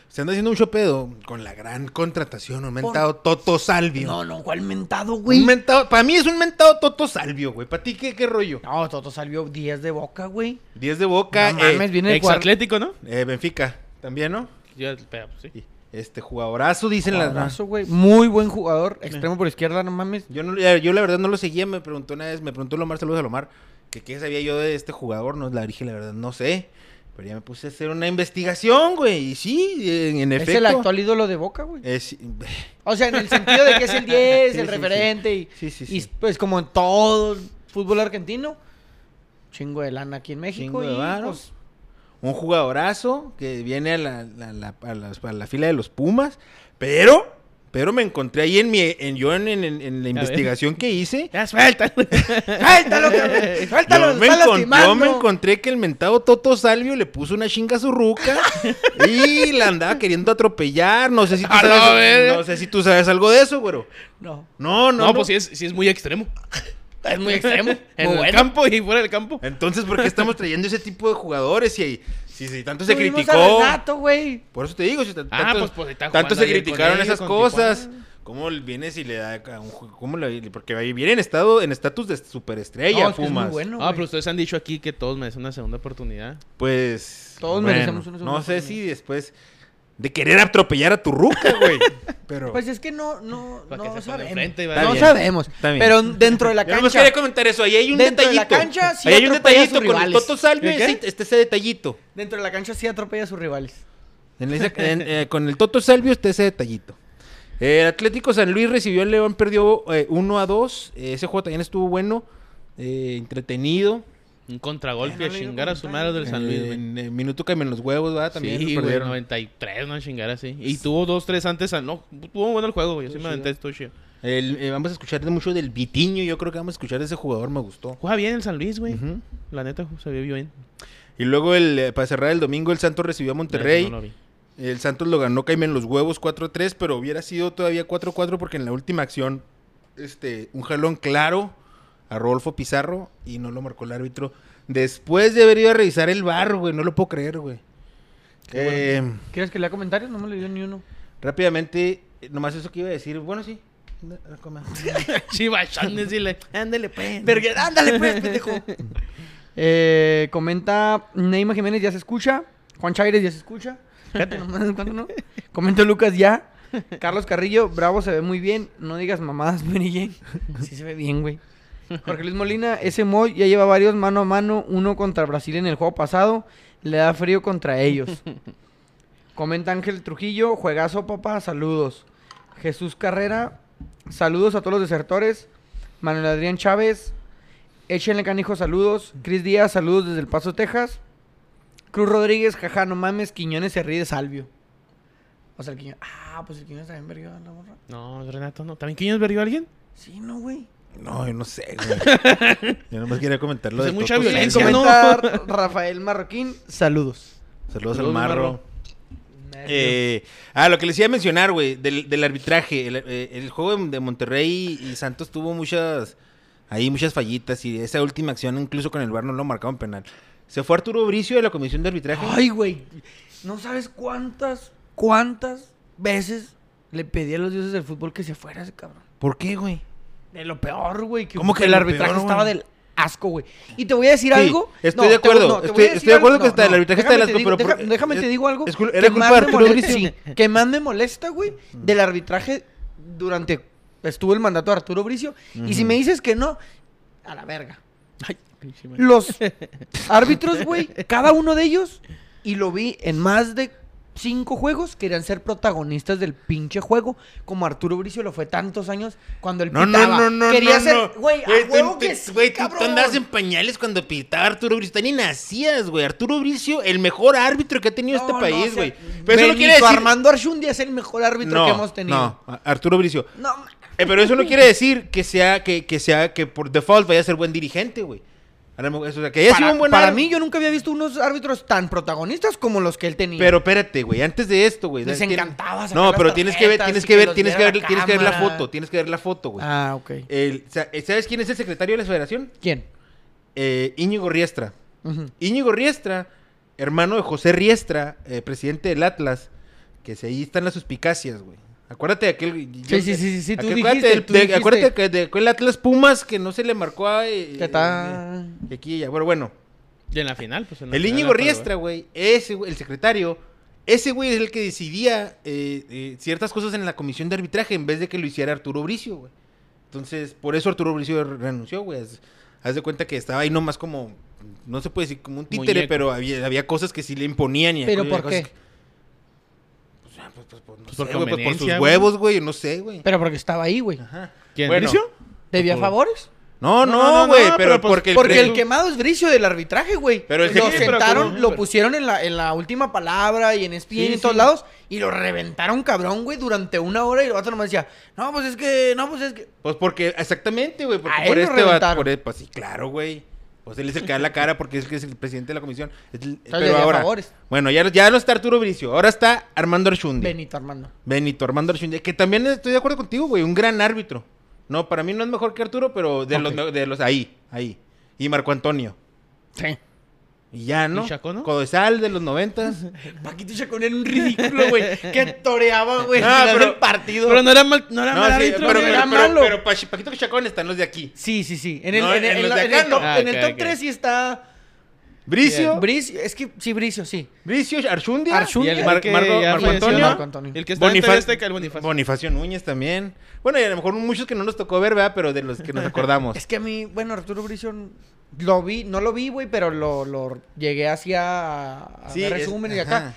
S3: Se anda haciendo mucho pedo con la gran contratación. Un mentado Toto Salvio.
S1: No, no, ¿cuál mentado, güey?
S3: un mentado, para mí es un mentado Toto Salvio, güey. ¿Para ti qué, qué rollo?
S1: No, Toto salió 10 de boca, güey.
S3: 10 de
S1: No
S3: boca. eh,
S1: mames, viene el
S2: Ex
S1: jugador-
S2: Atlético, ¿no?
S3: eh, Benfica, también, ¿no?
S2: Yo, espera, pues, sí.
S3: Y, Este jugadorazo, dicen las
S1: jugadorazo, güey. Muy buen jugador. Extremo por izquierda, no mames.
S3: Yo, no, eh, yo la verdad no lo seguía, me preguntó una vez, me preguntó Lomar, saludos a Lomar, que qué sabía yo de este jugador, no la dije, la verdad no sé, pero ya me puse a hacer una investigación, güey, y sí, en, en
S1: Es
S3: efecto.
S1: el actual ídolo de boca, güey.
S3: es-
S1: O sea, en el sentido de que es el 10,
S3: Sí,
S1: el
S3: sí,
S1: referente y,
S3: Sí, sí,
S1: y
S3: sí.
S1: pues como en todo fútbol argentino, chingo de lana aquí en México.
S3: Chingo de
S1: y,
S3: varo.
S1: pues,
S3: Un jugadorazo que viene a la, la- la- a las- a la fila de los Pumas, pero, pero me encontré ahí en mi, en, yo en, en- en la investigación que hice,
S2: Ya suelta.
S1: ¡Suéltalo, cabrón! ¡Suéltalo!
S3: Yo
S1: ¡Lo
S3: me,
S1: está
S3: encon-
S1: lastimando!
S3: yo me encontré que el mentado Toto Salvio le puso una chinga a su ruca y la andaba queriendo atropellar. No sé si tú
S2: A la
S3: sabes,
S2: verga.
S3: no sé si tú sabes algo de eso, güero.
S1: No.
S3: No, no.
S2: No,
S3: no.
S2: pues sí es, sí es muy extremo.
S1: Es muy extremo.
S2: En
S1: muy
S2: el
S1: bueno.
S2: campo y fuera del campo.
S3: Entonces, ¿por qué estamos trayendo ese tipo de jugadores? Si, si, si tanto se
S1: Tuvimos
S3: criticó.
S1: A Renato, güey.
S3: Por eso te digo, si tan-
S2: Ah,
S3: tanto,
S2: pues, pues, está jugando
S3: tanto se
S2: ahí con
S3: criticaron
S2: ellos,
S3: esas
S2: con
S3: cosas. ¿Cómo vienes y le da a un ju- cómo le- porque ahí viene en estado, en estatus de superestrella,
S1: No, es que es muy
S3: Pumas?
S1: bueno,
S2: Ah,
S1: güey.
S2: pero ustedes han dicho aquí que todos merecen una segunda oportunidad.
S3: Pues.
S1: Todos merecemos una segunda
S3: No sé
S1: oportunidad.
S3: si después de querer atropellar a tu ruca, güey. Pero.
S1: Pues es que no, no,
S2: Para que
S1: no
S2: se ponga
S1: sabemos.
S2: enfrente y va
S1: no
S2: bien.
S1: sabemos.
S3: Está bien.
S1: Pero dentro de la
S3: Yo nomás
S1: cancha.
S3: quería comentar eso. Ahí hay un
S1: Dentro de la
S3: detallito.
S1: cancha sí
S3: Ahí hay un
S1: atropella a
S3: detallito
S1: sus
S3: con el
S1: rivales.
S3: Toto Salvio.
S2: ¿De qué?
S3: ese- Está ese detallito.
S1: Dentro de la cancha sí atropella a sus rivales.
S3: En esa- en, eh, con el Toto Salvio está ese detallito. Eh, El Atlético San Luis recibió al León, perdió 1 a 2. ese juego también estuvo bueno, eh, entretenido.
S2: Un
S1: Ya
S2: contragolpe
S1: no
S2: a
S1: le digo
S2: chingar a su
S1: montaña.
S2: madre del San Luis,
S3: Eh,
S2: güey.
S3: en el minuto que menos huevos, ¿verdad? También
S2: sí,
S3: lo
S2: güey,
S3: perdieron.
S2: 93, una chingada así. Y tuvo dos, tres antes. al- No, tuvo bueno el juego, güey. Yo sí me aventé esto, chido.
S3: El- eh, vamos a escuchar de mucho del Vitiño. Yo creo que vamos a escuchar de ese jugador, me gustó.
S2: Juega bien el San Luis, güey.
S3: Ujú.
S2: La neta, se vio bien.
S3: Y luego, el, eh, para cerrar el domingo, el Santos recibió a Monterrey.
S2: No, no lo vi.
S3: El Santos lo ganó Caimen los huevos 4-3, pero hubiera sido todavía 4-4 porque en la última acción, este, un jalón claro a Rodolfo Pizarro y no lo marcó el árbitro. Después de haber ido a revisar el bar, güey, no lo puedo creer, güey. Eh,
S1: ¿Quieres que lea comentarios? No me le dio ni uno.
S3: Rápidamente, eh, nomás eso que iba a decir, bueno, sí. anda, anda, coma.
S2: Chivachanes, dile. Ándale, pues.
S1: Verguer, ándale pues, pendejo. Eh, comenta Neima Jiménez, ya se escucha. Juan Chaires, ya se escucha. Fíjate nomás, ¿cuándo no? Comenta Lucas, ya. Carlos Carrillo, bravo, se ve muy bien. No digas mamadas, Mary Jane. Sí se ve bien, güey. Jorge Luis Molina, ese Moy ya lleva varios mano a mano. Uno contra Brasil en el juego pasado. Le da frío contra ellos. Comenta Ángel Trujillo, juegazo, papá, saludos. Jesús Carrera, saludos a todos los desertores. Manuel Adrián Chávez, échenle canijo, saludos. Cris Díaz, saludos desde El Paso, Texas. Cruz Rodríguez, jaja, no mames, Quiñones se ríe de Salvio. O sea, el Quiñones. Ah, pues el Quiñones también vergueó a la morra.
S2: No, Renato, no. ¿También Quiñones verguió a alguien?
S1: Sí, no, güey.
S3: No, yo no sé, güey. Yo nomás quería comentar lo
S2: Pues
S3: de
S2: hay mucha
S3: Toto
S1: Y
S2: violencia,
S3: Salvio.
S2: ¿no?
S1: comenta Rafael Marroquín, saludos.
S3: Saludos al
S2: Saludos,
S3: marro.
S2: Marro.
S3: Eh, ah, lo que les iba a mencionar, güey, del, del arbitraje. El, eh, el juego de- de Monterrey y Santos tuvo muchas. Ahí muchas fallitas y esa última acción, incluso con el VAR, no lo marcaban penal. Se fue Arturo Bricio de la comisión de arbitraje.
S1: Ay, güey. No sabes cuántas, cuántas veces le pedí a los dioses del fútbol que se fuera ese cabrón.
S3: ¿Por qué, güey?
S1: De lo peor, güey.
S3: ¿Cómo que
S1: el
S3: lo
S1: arbitraje
S3: peor,
S1: estaba
S3: güey?
S1: del asco, güey? Y te voy a decir
S3: Sí,
S1: algo.
S3: Estoy
S1: No, te
S3: de
S1: voy-
S3: acuerdo.
S1: no, te voy
S3: estoy
S1: a decir
S3: estoy de acuerdo
S1: algo-
S3: que
S1: no,
S3: hasta el
S1: no,
S3: arbitraje está
S1: déjame
S3: del
S1: te
S3: asco,
S1: digo-
S3: pero.
S1: deja-
S3: por-
S1: déjame
S3: es-
S1: te digo algo.
S3: es cul-
S1: que
S3: era culpa
S1: más
S3: de
S1: me
S3: Arturo
S1: molesta-
S3: Bricio.
S1: sí, que más me molesta, güey, del arbitraje durante. Estuvo el mandato de Arturo Bricio. Y si
S3: Ujú.
S1: me dices que no, a la verga.
S2: Ay, pinche madre.
S1: Los árbitros, güey, cada uno de ellos, y lo vi en más de cinco juegos, querían ser protagonistas del pinche juego, como Arturo Bricio lo fue tantos años cuando el
S3: No, no, no, no.
S1: Quería
S3: no,
S1: ser,
S3: no.
S1: güey, a
S3: tú-
S1: huevo
S3: tú-
S1: que sí,
S3: güey, tú- tú
S1: cabrón.
S3: andabas en pañales cuando pitaba Arturo Bricio. Tú ni nacías, güey. Arturo Bricio, el mejor árbitro que ha tenido
S1: No,
S3: este
S1: no,
S3: país,
S1: o sea,
S3: güey. pero eso no quiere
S1: Benito
S3: decir.
S1: Armando Arshundia es el mejor árbitro que hemos tenido.
S3: No, Ar- Arturo Bricio.
S1: No, ma-
S3: Eh, pero eso no quiere decir que sea, que, que sea, que por default vaya a ser buen dirigente, güey. A lo mejor- O sea, que haya sido
S1: para,
S3: un buen
S1: para
S3: ar-
S1: mí yo nunca había visto unos árbitros tan protagonistas como los que él tenía.
S3: Pero espérate, güey, antes de esto, güey.
S1: Les
S3: tiene-
S1: encantaba sacar
S3: No,
S1: las
S3: pero tienes que ver,
S1: tarjetas
S3: tienes
S1: y
S3: que
S1: que
S3: ver,
S1: los
S3: tienes que
S1: viera
S3: ver,
S1: la
S3: tienes que ver la
S1: cámara.
S3: foto, tienes que ver la foto, güey.
S1: Ah, ok.
S3: El- o sea, ¿Sabes quién es el secretario de la federación?
S1: ¿Quién?
S3: Eh, Íñigo Riestra.
S1: Ujú.
S3: Íñigo Riestra, hermano de José Riestra, eh, presidente del Atlas, que se- ahí están las suspicacias, güey. Acuérdate de aquel.
S1: Sí, sí, sí, sí, sí, tú
S3: aquel-
S1: dijiste,
S3: acuérdate,
S1: tú
S3: de-
S1: dijiste.
S3: acuérdate que de aquel Atlas Pumas que no se le marcó a. eh,
S1: Que está-
S3: eh, de aquí y allá. Bueno, bueno.
S2: Y en la final, pues. en la
S3: El
S2: final
S3: Íñigo
S2: la paró,
S3: Riestra, güey, ese, güey, el secretario, ese güey es el que decidía eh, eh, ciertas cosas en la comisión de arbitraje en vez de que lo hiciera Arturo Bricio, güey. Entonces, por eso Arturo Bricio re- renunció, güey. Haz, haz de cuenta que estaba ahí nomás como, no se puede decir como un títere,
S2: Muñeco.
S3: pero había, había cosas que sí le imponían. Y
S1: ¿Pero
S3: había
S1: por
S3: cosas
S1: qué?
S3: que- pues, ah, pues, pues, pues, no
S2: Pues
S3: sé,
S2: por
S3: güey, pues, por sus
S2: conveniencia, güey.
S3: huevos, güey, no sé, güey.
S1: Pero porque estaba ahí, güey.
S3: Ajá.
S2: ¿Quién?
S3: Bueno,
S2: ¿Bricio?
S1: ¿Debía
S2: Por-
S1: favores?
S3: No,
S2: No, no, no,
S3: no, güey,
S2: no,
S3: pero
S2: pero pues,
S3: porque el
S1: Porque
S3: pre-
S1: el quemado es bricio del arbitraje, güey.
S3: Pero el
S1: lo
S3: jeque-
S2: pero
S1: sentaron,
S2: con-
S1: lo pusieron en la, en la última palabra y en ESPN y
S2: Sí,
S1: en todos
S2: sí.
S1: lados y lo reventaron cabrón, güey, durante una hora y el vato nomás decía, no, pues es que, no, pues es que...
S3: Pues porque, exactamente, güey. Porque
S1: A él Ah,
S3: por
S1: lo
S3: este va.
S1: reventaron.
S3: Por, pues sí, claro, güey. Pues él es el que da la cara porque es el que es el presidente de la comisión. Es el-
S1: sea, le
S3: pero
S1: haría
S3: ahora.
S1: favores.
S3: Bueno, ya, ya no está Arturo Bricio. Ahora está Armando Arshundi.
S1: Benito Armando.
S3: Benito Armando Arshundi. Que también estoy de acuerdo contigo, güey. Un gran árbitro. No, para mí no es mejor que Arturo, pero de, los,
S2: Ok.
S3: me- de los. Ahí, ahí. Y Marco Antonio.
S1: Sí.
S3: Y ya, ¿no?
S2: ¿Y Chaco, no?
S3: Codesal de los noventas.
S1: Paquito Chacón era un ridículo, güey, que
S2: Ah,
S1: toreaba, güey,
S3: No,
S1: al final
S3: pero-
S1: del partido.
S2: Pero no era mal, no era
S3: No,
S2: mal
S3: sí,
S2: árbitro,
S3: pero,
S2: güey.
S1: era
S3: pero, pero-
S1: malo.
S3: pero Pachi- Paquito Chacón están los de aquí.
S1: Sí, sí, sí. En el,
S3: No,
S1: en el-
S3: en
S1: en
S3: los
S1: la-
S3: de
S1: en
S3: acá,
S1: el
S3: no.
S1: top,
S2: Ah,
S1: en el
S2: ok,
S1: top
S2: ok.
S1: 3 sí está...
S3: Bricio.
S1: Bricio, es que sí, Bricio, sí.
S3: Bricio, Arshundi.
S1: Arshundia.
S2: Y el
S3: Mar-
S2: que
S3: Marco-
S2: ya
S3: Marco
S2: falleció,
S3: Antonio.
S2: ¿no?
S1: Marco Antonio.
S2: El que está en
S3: Bonifacio-
S2: TV Azteca, el Bonifacio.
S3: Bonifacio Núñez también. Bueno, y a lo mejor muchos que no nos tocó ver, ¿verdad? Pero de los que nos acordamos.
S1: Es que a mí, bueno, Arturo Bricio lo vi, no lo vi, güey, pero lo, lo llegué hacia a
S3: Sí,
S1: ver
S3: es-
S1: resúmenes y
S3: ajá.
S1: acá.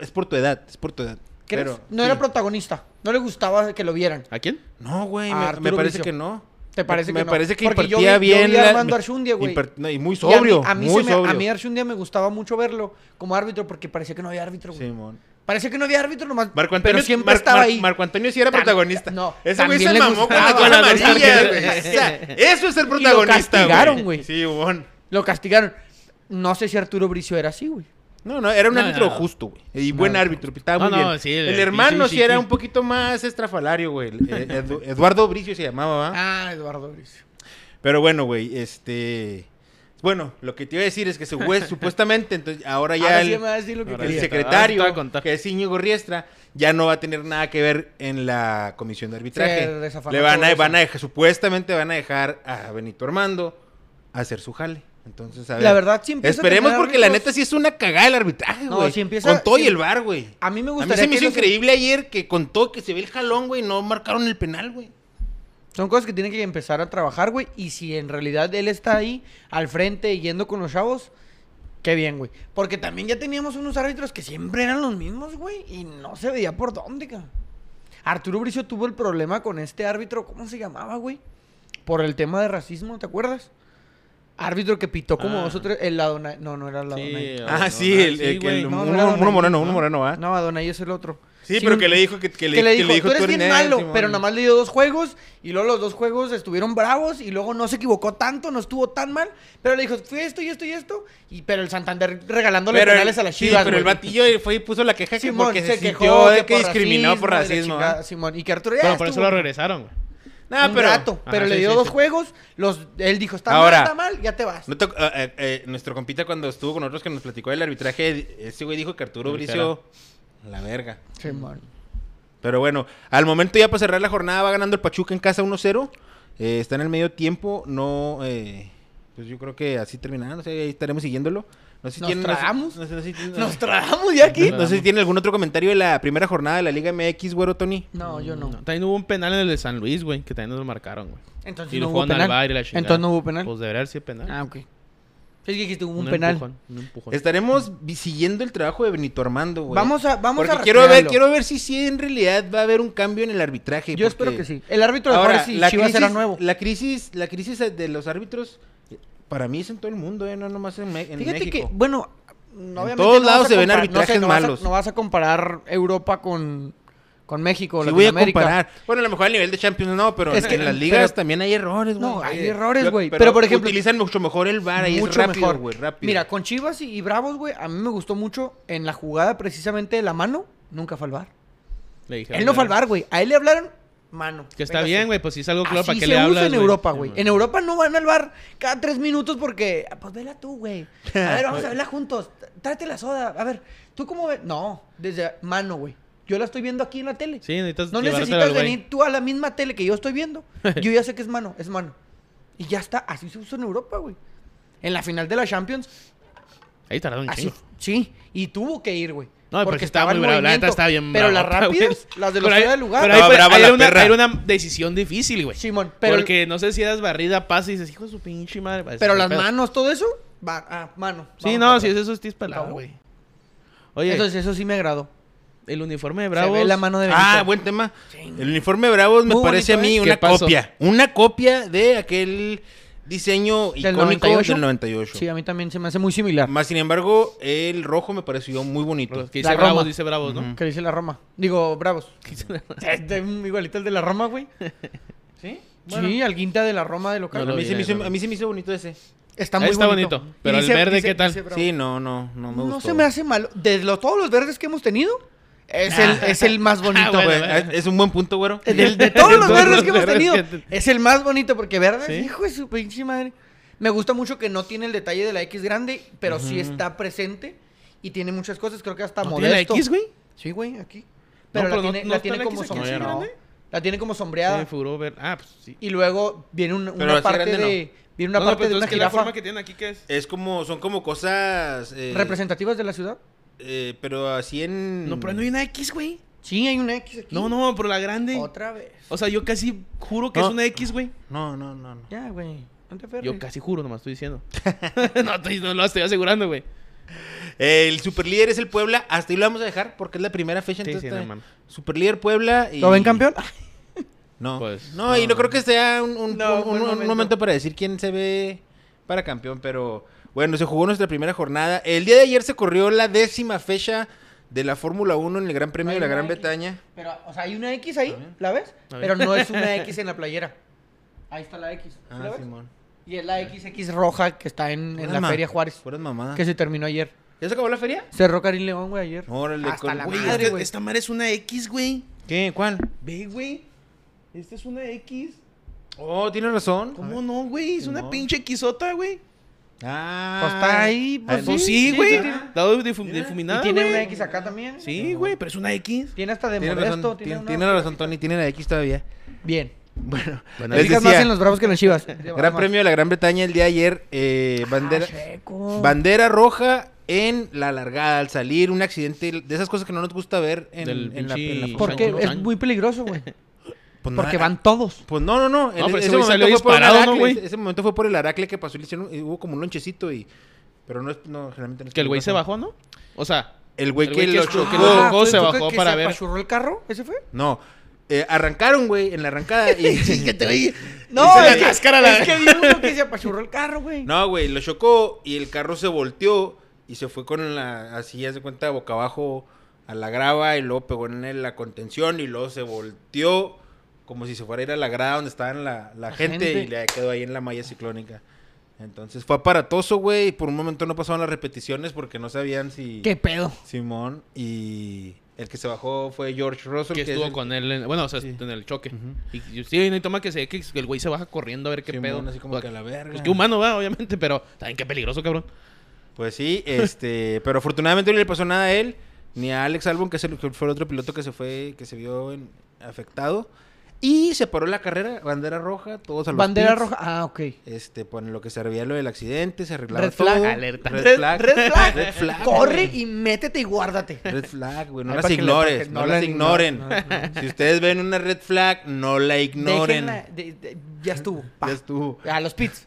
S3: Es por tu edad, es por tu edad.
S1: ¿Crees?
S3: Pero,
S1: no era
S3: sí.
S1: protagonista, no le gustaba que lo vieran.
S2: ¿A quién?
S3: No, güey,
S1: A
S3: me- me,
S1: Arturo
S3: parece
S1: Bricio.
S3: que no.
S1: ¿Te parece
S3: me,
S1: que
S3: Me
S1: no?
S3: parece que
S1: Porque yo
S3: impartía
S1: vi- yo
S3: bien.
S1: vi a
S3: la-
S1: Armando Arshundia, güey.
S3: impar- no, y muy
S1: Y a mí-
S3: sobrio,
S1: a mí,
S3: muy
S1: se me,
S3: sobrio.
S1: a mí Arshundia me gustaba mucho verlo como árbitro porque parecía que no había árbitro, güey.
S3: Simón.
S1: Parecía que no había árbitro nomás.
S3: Marco Antonio,
S1: pero siempre
S3: Mar-
S1: estaba
S3: Mar-
S1: ahí.
S3: Marco Antonio sí era
S1: Tam-
S3: protagonista.
S1: no,
S3: Ese güey
S1: también
S3: se
S1: le
S3: mamó con las
S1: gustaba.
S3: dos amarillas, güey.
S1: También.
S3: O sea, eso es ser protagonista,
S1: castigaron, güey.
S3: Sí, bon.
S1: Lo castigaron. No sé si Arturo Bricio era así, güey.
S3: No, no, era un
S2: No,
S3: árbitro
S2: no.
S3: justo, güey. Y buen árbitro, pitaba
S2: No,
S3: muy
S2: no,
S3: bien.
S2: sí,
S3: el,
S2: el-
S3: hermano
S2: sí,
S3: sí,
S2: sí,
S3: era
S2: sí.
S3: un poquito más estrafalario, güey. El- el- Edu- Eduardo Bricio se llamaba, ¿va?
S1: Ah, Eduardo Bricio.
S3: Pero bueno, güey, este... Bueno, lo que te iba a decir es que su güey, supuestamente, entonces, ahora ya
S1: Ahora Ah, sí
S3: el,
S1: me va a decir lo que
S2: ahora
S3: el
S1: quería.
S2: sí.
S3: secretario,
S2: Ahora te voy a contar.
S3: que es Íñigo Riestra, ya no va a tener nada que ver en la comisión de
S1: Se
S3: arbitraje.
S1: desafanó
S3: Le van
S1: todo
S3: a,
S1: eso.
S3: van a dejar, supuestamente van a dejar a Benito Armando a hacer su jale. Entonces, a ver.
S1: La verdad, sí empieza a
S3: Esperemos
S1: tener
S3: porque la
S1: árbitros-
S3: neta sí es una cagada el arbitraje,
S1: No,
S3: güey.
S1: sí empieza-
S3: Con todo y
S1: sí-
S3: el bar, güey.
S1: A mí me
S3: A mí
S1: gustaría
S3: se me
S1: que
S3: hizo
S1: los-
S3: increíble ayer que con todo que se ve el jalón, güey, no marcaron el penal, güey.
S1: Son cosas que tienen que empezar a trabajar, güey. Y si en realidad él está ahí, al frente, yendo con los chavos, qué bien, güey. Porque también ya teníamos unos árbitros que siempre eran los mismos, güey. Y no se veía por dónde, cabrón. Arturo Bricio tuvo el problema con este árbitro, ¿cómo se llamaba, güey? Por el tema de racismo, ¿te acuerdas? Árbitro que pitó como
S2: Ah.
S1: dos o tres. El Adonai. No, no era el Adonai.
S2: No,
S3: Ah,
S2: no,
S3: sí,
S2: no,
S3: el,
S2: sí,
S3: el-
S2: güey.
S3: el-
S1: No,
S3: uno,
S1: no era
S3: uno
S1: Adonai.
S3: moreno, uno moreno, ¿ah? ¿va?
S1: No, Adonai es el otro.
S3: Sí, pero
S1: un-
S3: que le dijo que, que le,
S1: que le
S3: que
S1: dijo, tú eres bien
S3: eres
S1: malo,
S3: Simón".
S1: pero nomás le dio dos juegos y luego los dos juegos estuvieron bravos y luego no se equivocó tanto, no estuvo tan mal, pero le dijo, fue esto y esto y esto, y pero el Santander regalándole
S3: Pero el-
S1: penales a las
S3: sí,
S1: chivas,
S3: pero el
S1: güey.
S3: batillo fue y puso la queja que
S1: Simón
S3: porque
S1: se,
S3: se,
S1: quejó
S3: sintió eh,
S1: de
S3: que discriminó por
S1: y la
S3: racismo. ¿eh?
S1: chingada,
S3: ¿va?
S1: Simón, y que Arturo ya
S2: Pero por eso
S1: estuvo
S2: lo regresaron, güey.
S3: No,
S1: un
S3: pero
S1: rato, pero
S2: Ajá,
S1: le
S2: sí,
S1: dio
S2: sí,
S1: dos
S2: sí.
S1: juegos, los, él dijo, está
S3: Ahora-
S1: mal, está mal, ya te vas.
S3: No te- eh, eh, eh, nuestro compita cuando estuvo con nosotros que nos platicó del arbitraje, ese güey dijo que Arturo
S2: Ligera.
S3: Bricio la verga.
S1: Simón.
S3: Pero bueno, al momento ya para cerrar la jornada va ganando el Pachuca en casa 1-0. Eh, está en el medio tiempo, no... eh, pues yo creo que así terminará, no sé, ahí estaremos siguiéndolo. No sé si
S1: ¿Nos
S3: tienen-
S1: tragamos?
S3: no sé- no sé si-
S1: Nos tragamos ya aquí.
S3: No sé si tiene algún otro comentario de la primera jornada de la Liga MX, güero Tony.
S1: No, yo no.
S2: También hubo un penal en el de San Luis, güey, que también nos lo marcaron, güey.
S1: Entonces
S2: Y
S1: no
S2: lo
S1: hubo
S2: jugaron al
S1: penal.
S2: bar y la chingada.
S1: Entonces no hubo penal.
S2: Pues debería haber sido penal.
S1: Ah, ok. Es que dijiste hubo un penal.
S2: empujón, un empujón.
S3: Estaremos vi- siguiendo el trabajo de Benito Armando, güey.
S1: Vamos a, vamos
S3: Porque
S1: a
S3: quiero ver,
S1: rastrearlo.
S3: quiero ver si sí en realidad va a haber un cambio en el arbitraje.
S1: Yo
S3: porque-
S1: espero que sí. El árbitro de
S3: Ahora,
S1: Juárez y
S3: la
S1: Chivas
S3: crisis,
S1: era nuevo.
S3: La crisis, la crisis de los árbitros, para mí es en todo el mundo, eh, no nomás en, Me- en
S1: Fíjate
S3: México.
S1: que, bueno, obviamente
S3: todos
S1: vas
S3: lados
S1: a
S3: se ven
S1: comparar-
S3: arbitrajes
S1: no vas a-
S3: malos.
S1: no vas a comparar Europa con, con México,
S3: Sí voy a
S1: Latinoamérica.
S3: comparar. Bueno, a lo mejor a nivel de Champions no, pero
S1: Es que-
S3: en las ligas
S1: pero-
S3: también hay errores, güey.
S1: No, hay errores,
S3: Yo-
S1: güey. Pero, por ejemplo-
S3: utilizan mucho mejor el VAR, ah, ahí es
S1: Mucho
S3: rápido,
S1: mejor.
S3: güey, rápido.
S1: Mira, con Chivas y, y Bravos, güey, a mí me gustó mucho en la jugada precisamente de la mano, nunca fue al VAR.
S2: Le dijeron,
S1: Él no fue al
S2: "Mira,
S1: VAR, güey. A él le hablaron mano.
S2: Que está
S1: Véngase.
S2: bien, güey, pues si es algo claro,
S1: Así
S2: ¿para qué
S1: se
S2: le
S1: usa
S2: hablas,
S1: en
S2: güey?
S1: Europa,
S2: Sí,
S1: güey.
S2: man.
S1: En Europa no van al bar cada tres minutos porque, ah, pues vela tú, güey. A ver, vamos a verla juntos. Tráete la soda. A ver, ¿tú cómo ves? No, desde mano, güey. Yo la estoy viendo aquí en la tele.
S2: Sí, necesitas
S1: no
S2: llevártela
S1: necesitas
S2: al güey.
S1: venir tú a la misma tele que yo estoy viendo. Yo ya sé que es mano, es mano. Y ya está, así se usa en Europa, güey. En la final de la Champions,
S2: Ahí tardaron un
S1: así,
S2: chingo.
S1: sí, y tuvo que ir, güey.
S2: No, porque estaba muy
S1: en
S2: bravo. La neta
S1: movimiento.
S2: estaba bien
S1: Pero las
S2: bravota, güey.
S1: rápidas, las de los
S2: Pero ahí-
S1: fuera de lugar.
S2: Pero ahí
S3: Estaba
S2: fue-
S3: brava
S2: ahí
S3: la
S2: era, una,
S3: perra.
S2: era una decisión difícil, güey.
S1: Simón, pero-
S2: Porque no sé si eras barrida, pasa y dices, hijo de su pinche madre. va a decir,
S1: Pero
S2: "Qué
S1: las
S2: pedo".
S1: manos, todo eso, va, ah, mano.
S2: Sí,
S1: vamos para
S2: no, sí,
S1: atrás.
S2: eso es tispelado,
S1: Vamos.
S2: güey. Oye,
S1: Entonces, eso sí me agradó.
S2: el uniforme de Bravos.
S1: Se ve la mano de
S3: Ah,
S1: Benito.
S3: buen tema.
S1: Chinga.
S3: El uniforme de Bravos me
S1: Muy
S3: parece a
S1: bonito,
S3: mí
S1: ¿eh?
S3: una
S2: ¿Qué pasó?
S3: copia. Una copia de aquel diseño
S1: ¿Del
S3: icónico
S1: 98?
S3: del 98.
S1: Sí, a mí también se me hace muy similar.
S3: Más sin embargo, el rojo me pareció muy bonito.
S2: Los Que
S1: La
S2: dice Bravos,
S1: Roma.
S2: dice Bravos, ¿no?
S1: Que dice la Roma. Digo, Bravos. Este, mm, igualito el de la Roma, güey. ¿Sí? Sí, al quinta de la Roma de
S3: A
S1: local.
S2: No lo
S3: mí,
S2: vi,
S3: se me
S2: la
S3: hizo,
S2: verdad.
S3: a mí se me hizo bonito ese.
S1: Está muy
S2: Está
S1: bonito.
S2: bonito,
S1: Y
S2: pero el verde, ¿qué tal?
S1: Bravo.
S3: Sí, no, no, no me
S1: no
S3: gustó.
S1: se me hace malo. De lo- todos los verdes que hemos tenido, es, el, es el más bonito.
S2: bueno, eh.
S1: güey.
S3: Güey, es- Es un buen punto, güero.
S1: Del- de todos los
S2: todos
S1: verdes
S2: los
S1: que hemos
S2: verdes
S1: tenido,
S2: que te-
S1: es el más bonito porque verde,
S2: ¿Sí?
S1: hijo de su pinche madre. Me gusta mucho que no tiene el detalle de la X grande, pero sí está presente y tiene muchas cosas. Creo que hasta
S2: ¿No tiene
S1: modesto.
S2: la X, güey?
S1: Sí, güey, aquí. Pero,
S2: pero
S1: la
S2: no-
S1: tiene,
S2: no
S1: la
S2: está
S1: tiene
S2: la
S1: como
S2: X aquí, ¿sí,
S1: sombreada.
S2: grande?
S1: La tiene como
S2: Se
S1: sombreada.
S2: me figuró ver. Ah, pues sí.
S1: y luego viene un-
S3: Pero
S1: una
S3: así
S1: parte
S3: grande
S1: de. Viene una
S2: No, no,
S1: parte
S2: pero
S1: de
S2: entonces,
S1: una
S2: ¿qué es la
S1: jirafa
S2: forma que tienen aquí qué es?
S3: Es como, son como cosas... eh,
S1: representativas de la ciudad.
S3: eh, pero así en...
S2: No, pero no hay una X, güey.
S1: Mm. Sí, hay una X aquí.
S2: No, no, pero la grande.
S1: Otra vez.
S2: O sea, yo casi juro que
S3: No.
S2: es una X, güey.
S3: No, no, no, no.
S1: Ya, güey. No te
S2: Yo
S1: aferres.
S2: casi juro, nomás estoy diciendo. no, estoy- no lo estoy asegurando, güey.
S3: El superlíder es el Puebla. Hasta ahí lo vamos a dejar porque es la primera fecha.
S2: Sí,
S3: entonces
S2: sí,
S3: está-
S2: no, hermano.
S3: Superlíder Puebla. Y...
S1: ¿Lo ven campeón?
S3: No.
S2: Pues,
S3: no, y no creo que sea un, un-
S1: No,
S3: un-
S1: buen
S3: un- un momento.
S1: momento
S3: para decir quién se ve para campeón, pero bueno, se jugó nuestra primera jornada. El día de ayer se corrió la décima fecha de la Fórmula 1 en el Gran Premio
S1: Ay,
S3: de la
S1: no,
S3: Gran
S1: ay.
S3: Bretaña.
S1: Pero, o sea, hay una X ahí,
S3: ver.
S1: ¿la ves?
S2: A ver.
S1: Pero no es una X en la playera. Ahí está la X. ¿sí ¿La
S3: Ah,
S1: ves?
S3: Simón.
S1: y es la XX roja que está en, en
S3: Puras
S1: la
S3: ma-
S1: Feria Juárez.
S3: Puras mamadas.
S1: Que se terminó ayer.
S3: ¿Ya se acabó la feria?
S1: Cerró Karim León, güey, ayer.
S3: Órale,
S1: Hasta
S3: con-
S1: la
S3: güey,
S2: Güey,
S1: madre,
S2: es que
S1: güey.
S2: esta madre es una X, güey.
S3: ¿Qué? ¿Cuál?
S2: Ve, güey. Esta es una X.
S3: Oh, tienes razón.
S2: ¿Cómo no, güey? Es una
S3: No.
S2: pinche Xota, güey.
S3: Ah.
S1: Pues está ahí,
S3: Ah,
S1: pues
S2: Pues
S1: sí,
S2: sí, güey.
S1: sí, sí.
S2: La doy difu-
S1: Y
S2: difuminada.
S1: tiene
S2: güey.
S1: una X acá también.
S2: Sí, güey, pero es una X.
S1: Tiene hasta de
S3: Tienes
S1: modesto.
S3: razón,
S1: tiene
S3: tien-
S1: una-
S3: tienes razón, Tony. Tiene la X todavía.
S1: Bien.
S3: Bueno,
S2: Bueno,
S1: Les
S3: les
S1: fijas más
S3: decía,
S1: en los bravos que en los chivas.
S3: Gran Premio de la Gran Bretaña el día de ayer, eh, bandera,
S1: Ah, Checo.
S3: bandera roja en la largada al salir, un accidente de esas cosas que no nos gusta ver en,
S2: Del
S3: en la, en la
S2: pinche-
S3: Fórmula
S1: Porque
S2: Sancho,
S1: es
S2: Sancho.
S1: muy peligroso, güey.
S3: uno. Pues no,
S1: Porque van todos.
S3: Pues no, no, no. en
S2: pero
S3: e-
S2: ese güey salió
S3: fue por un
S2: disparado, ¿no,
S3: Aracle,
S2: güey?
S3: Ese momento fue por el Aracle que pasó, le hicieron- y hubo como un lonchecito y... Pero no es... No, generalmente no es
S2: Que el güey se
S3: peligroso.
S2: bajó, ¿no? O sea,
S3: El güey
S2: El
S3: que,
S2: güey que
S3: lo
S2: escuchó,
S3: chocó.
S2: que lo- chocó,
S1: ¿fue
S2: se
S1: el que-
S2: bajó
S1: Ah, que
S2: para
S1: se
S2: ver.
S1: apachurró el carro? ¿Ese fue?
S3: No. eh, arrancaron, güey, en la arrancada y...
S1: No,
S3: Hice la
S1: es, que-
S2: cáscara, la-
S1: es que vi uno que se apachurró el carro, güey.
S3: No, güey, lo chocó y el carro se volteó y se fue con la, así, haz de cuenta, boca abajo a la grava y luego pegó en él la contención y luego se volteó como si se fuera a ir a la grada donde estaban la, la
S1: La
S3: gente,
S1: gente.
S3: y le quedó ahí en la malla ciclónica. Entonces fue aparatoso, güey, y por un momento no pasaban las repeticiones porque no sabían si
S1: ¿Qué pedo?
S3: Simón y el que se bajó fue George Russell.
S2: que
S3: que es
S2: estuvo
S3: el-
S2: con él. en- bueno, o sea,
S3: Sí.
S2: en el choque.
S3: Ujú.
S2: Y, y sí, no hay toma que se ve que el güey se baja corriendo a ver qué
S3: Simón,
S2: pedo.
S3: así como
S2: O sea,
S3: que a la verga.
S2: Pues qué humano va, obviamente, pero también qué peligroso, cabrón.
S3: Pues sí, este, pero afortunadamente no le pasó nada a él, ni a Alex Albon, que, es el, que fue el otro piloto que se fue, que se vio en- afectado. Y se paró la carrera, bandera roja, todos a los
S1: Bandera
S3: pits.
S1: roja. Ah, ok.
S3: Este, pues en lo que se servía lo del accidente, se arreglaron
S1: Red flag,
S3: todo.
S2: alerta.
S3: Red,
S1: Red,
S3: flag.
S1: red flag.
S3: Red flag,
S1: Corre
S3: güey.
S1: y métete y guárdate.
S3: Red flag, güey, no
S1: Ahí
S3: las
S1: para que le- para
S3: ignores,
S1: que
S3: no,
S1: no
S3: las
S1: la
S3: ignoren.
S1: ignoren.
S3: Si ustedes ven una red flag, no la ignoren.
S1: Déjenla, de- de- ya estuvo. pa.
S3: Ya estuvo.
S1: A los pits.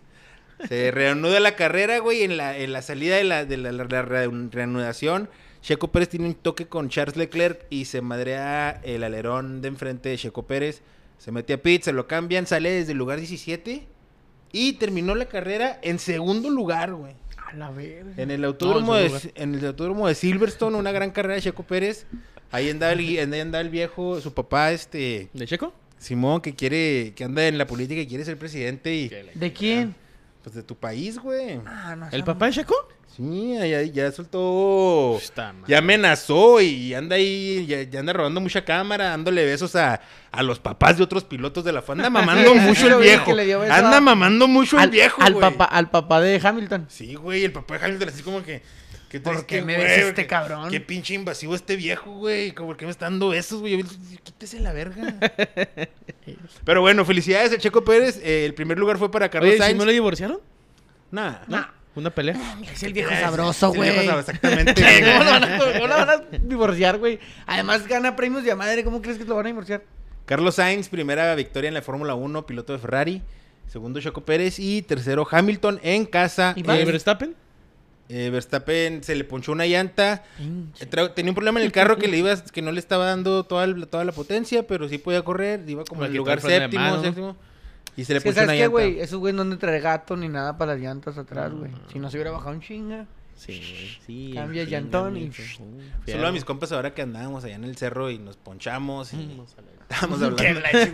S3: Se reanuda la carrera, güey, en la, en la salida de la, de la- la- la rean- reanudación. Checo Pérez tiene un toque con Charles Leclerc y se madrea el alerón de enfrente de Checo Pérez. Se mete a pit, se lo cambian, sale desde el lugar 17 y terminó la carrera en segundo lugar, güey.
S1: A la verga.
S3: En el autódromo,
S2: No, en
S3: de,
S2: segundo
S3: en el autódromo de Silverstone, una gran carrera de Checo Pérez. Ahí andaba el, gui- ahí andaba el viejo, su papá, este,
S2: ¿De Checo?
S3: Simón, que quiere, que anda en la política y quiere ser presidente y,
S1: ¿De quién?
S3: pues, de tu país, güey.
S1: Ah, no,
S2: ¿El
S1: esa
S2: papá de Checo?
S3: Sí, ya, ya soltó.
S2: Está mal.
S3: Ya amenazó y anda ahí, ya, ya anda robando mucha cámara, dándole besos a, a los papás de otros pilotos de la FAN. Anda mamando
S1: Sí,
S3: mucho
S1: lo
S3: el
S1: vi que
S3: viejo.
S1: le dio beso a-
S3: Anda mamando mucho el
S1: al,
S3: viejo,
S1: al
S3: güey.
S1: papá, al papá de Hamilton.
S3: Sí, güey, el papá de Hamilton así como que... ¿Qué
S1: ¿Por
S3: traes
S1: qué
S3: que,
S1: me
S3: güey?
S1: ves este
S3: ¿Qué-
S1: cabrón?
S3: Qué pinche invasivo este viejo, güey. ¿Por qué me está dando besos, güey? Yo vi- Quítese la verga. Pero bueno, felicidades a Checo Pérez. Eh, el primer lugar fue para Carlos
S2: Oye, ¿sí
S3: Sainz.
S2: no lo divorciaron?
S3: Nah.
S1: No,
S2: ¿Una pelea?
S1: es el viejo
S3: Eh,
S1: sabroso,
S3: sí,
S1: güey.
S3: viejo sab- Exactamente.
S1: ¿Cómo lo van a, cómo lo van a divorciar, güey? Además gana premios de a madre. ¿Cómo crees que lo van a divorciar?
S3: Carlos Sainz, primera victoria en la Fórmula 1, piloto de Ferrari. Segundo, Choco Pérez. Y tercero, Hamilton en casa.
S1: ¿Y
S3: en-
S1: Max?
S2: ¿Y Eh, Verstappen?
S3: Eh, Verstappen se le ponchó una llanta. Tra- Tenía un problema en el carro que le iba, que no le estaba dando toda, el- toda la potencia, pero sí podía correr. Iba como
S2: Le
S3: en el
S2: quitó
S3: lugar
S2: el freno de
S3: séptimo,
S2: mano, ¿no?
S3: séptimo. Y se le
S1: Es que,
S3: ponchó una
S1: ¿sabes qué,
S3: llanta.
S1: güey? Esos güey no han de traer gato ni nada para las llantas atrás, güey. Si no se hubiera bajado un chinga.
S2: Sí, güey, sí.
S1: Cambia
S2: sí,
S1: llantón
S2: no,
S1: y-
S2: no,
S3: Solo a mis compas ahora que andábamos allá en el cerro y nos ponchamos. Y
S2: Vamos a la-
S3: estábamos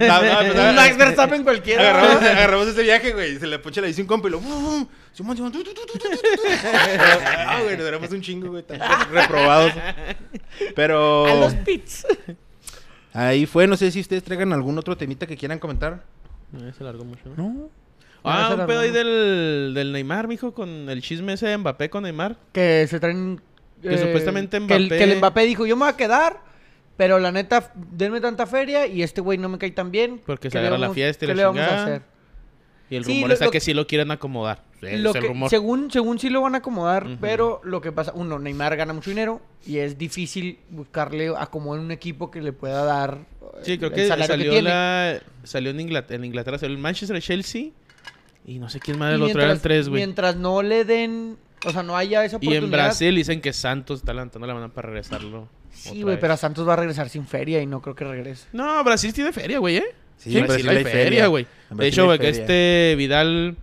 S3: hablando.
S1: Un Max Verstappen cualquiera.
S3: Agarramos,
S1: ¿no?
S3: agarramos ese viaje, güey. y Se le poncha la bici a un compa y lo. "Bum, Simón, Simón, tu, tu, tu, tu, tu, tu, tu". Ah, güey, nos éramos un chingo, güey. tan Reprobados. Pero.
S1: A los pits.
S3: Ahí fue. No sé si ustedes traigan algún otro temita que quieran comentar.
S2: No, se largó mucho. ¿no?
S1: No.
S2: Ah,
S1: Ese
S2: un
S1: era
S2: pedo ahí
S1: bueno.
S2: del, del Neymar, mijo, con el chisme ese de Mbappé con Neymar.
S1: Que se traen. eh,
S2: Que supuestamente
S1: Que el,
S2: Mbappé-
S1: que el Mbappé dijo: Yo me voy a quedar. Pero la neta, denme tanta feria y este güey no me cae tan bien.
S2: Porque se
S1: ¿Qué le
S2: agarra la
S1: vamos-
S2: fiesta y
S1: ¿Qué
S2: la
S1: le vamos a
S2: chingada?
S1: hacer?
S2: Y el
S1: Sí,
S2: rumor
S1: lo-
S2: está
S1: lo-
S2: que sí lo quieren acomodar. Es
S1: Lo
S2: el
S1: que-
S2: rumor.
S1: Según, según sí lo van a acomodar,
S2: Ujú.
S1: pero lo que pasa, uno, Neymar gana mucho dinero y es difícil buscarle acomodo en un equipo que le pueda dar eh,
S2: Sí, creo
S1: el
S2: que
S1: salario
S2: salió,
S1: tiene.
S2: la, salió en, Inglaterra, en Inglaterra, salió el Manchester, el Chelsea y no sé quién
S1: Y
S2: más lo traen tres, güey.
S1: mientras no le den, o sea, no haya esa
S2: Y
S1: oportunidad.
S2: en Brasil dicen que Santos está levantando la mano para regresarlo.
S1: Sí,
S2: otra
S1: güey,
S2: vez.
S1: pero a Santos va a regresar sin feria y no creo que regrese.
S2: No, Brasil tiene feria, güey, ¿eh?
S3: Sí,
S2: Sí,
S3: en
S2: Brasil
S3: Brasil
S2: hay
S3: hay
S2: feria,
S3: feria.
S2: güey.
S3: En
S2: De
S3: Brasil
S2: hecho,
S3: hay
S2: güey, que
S3: feria.
S2: este Vidal,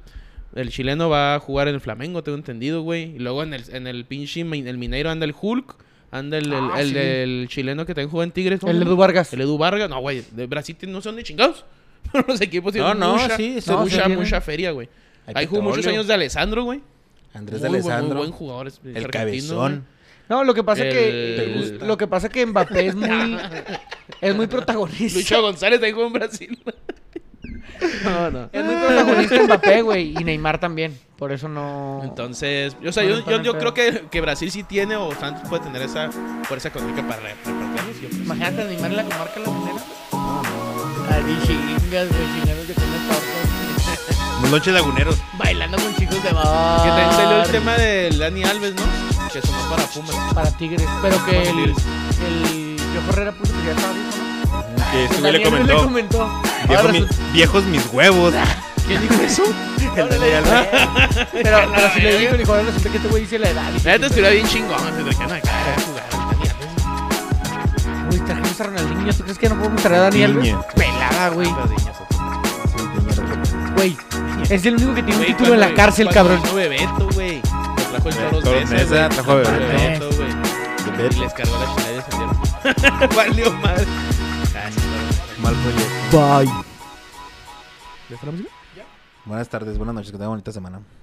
S2: el chileno, va a jugar en el Flamengo, tengo entendido, güey. Y luego en el, en el pinche, min- el Mineiro anda el Hulk, anda el, el,
S1: Ah,
S2: el-
S1: sí.
S2: el chileno que también jugó en Tigres. ¿cómo
S1: El
S2: se
S1: Edu
S2: llama?
S1: Vargas.
S2: El Edu Vargas. No, güey, de Brasil tiene- no son de chingados. Los equipos tienen
S3: No, no,
S2: mucha,
S3: sí, sí,
S2: mucha,
S1: tienen.
S2: mucha feria, güey.
S3: Hay
S2: Ahí jugó muchos
S3: petróleo.
S2: años de Alessandro, güey.
S3: Andrés
S2: Muy
S3: de
S2: buen- muy
S3: Alessandro.
S2: buen jugador. es- es
S3: el
S2: argentino,
S3: cabezón.
S1: No, lo que pasa
S2: El-
S1: que
S2: ¿Te gusta?
S1: lo que pasa que Mbappé es muy es muy protagonista.
S2: güey. Lucho González también jugó en Brasil. no, no.
S1: Es muy protagonista Mbappé, güey, y Neymar también. Por eso no
S2: Entonces, yo, o sea,
S1: No le
S2: yo, yo-
S1: ponen
S2: yo
S1: pedo.
S2: creo que, que Brasil sí tiene o Santos puede tener esa fuerza económica para re- repartirlos. yo creo.
S1: Imagínate Neymar en la comarca la minera. Así chingas, güey, chingados de comer tortas.
S3: Lonche laguneros.
S1: Bailando con chicos de bar.
S2: Que también salió el tema de Dani Alves, ¿no? Que sonó para Pumas.
S1: Para Tigres. Pero que
S2: Para
S1: el,
S2: Tigres.
S1: el Yo Herrera puso que ya estaba listo, ¿no?
S3: Que
S1: Que
S3: este güey le
S1: Pues Daniel
S3: comentó.
S1: comentó.
S3: "Viejo
S1: Ahora
S3: mi-
S1: resulta-
S3: viejos mis huevos.
S2: ¿Quién dijo eso?
S1: ahora le
S3: Daniel
S1: dijo, eh, Pero, pero si le digo, le dijo, ahora resulta que este güey dice la edad.
S2: La neta estuviera bien chingón. Se trajeron acá a jugar. Dani Alves.
S1: Uy, trajimos a Ronaldinho. ¿Tú crees que no podemos traer a Daniel? güey?
S3: Niño.
S1: Pelada, güey.
S2: Las niñas.
S1: Güey, es el único que tiene un
S2: Güey,
S1: título en la
S2: cuando-
S1: cárcel,
S2: cuando
S1: cabrón.
S2: vino Bebeto, güey. Lo trajo el Toros
S3: Toros
S2: Mesa,
S3: Mesa,
S2: güey.
S3: trajo a Bebeto.
S2: Bebeto, güey. Y les cargó la chingada y descendieron. Valió madre. Ah, sí, Toros Mesa.
S3: Mal proyecto.
S1: Bye.
S3: Buenas tardes, buenas noches, que tengan bonita semana.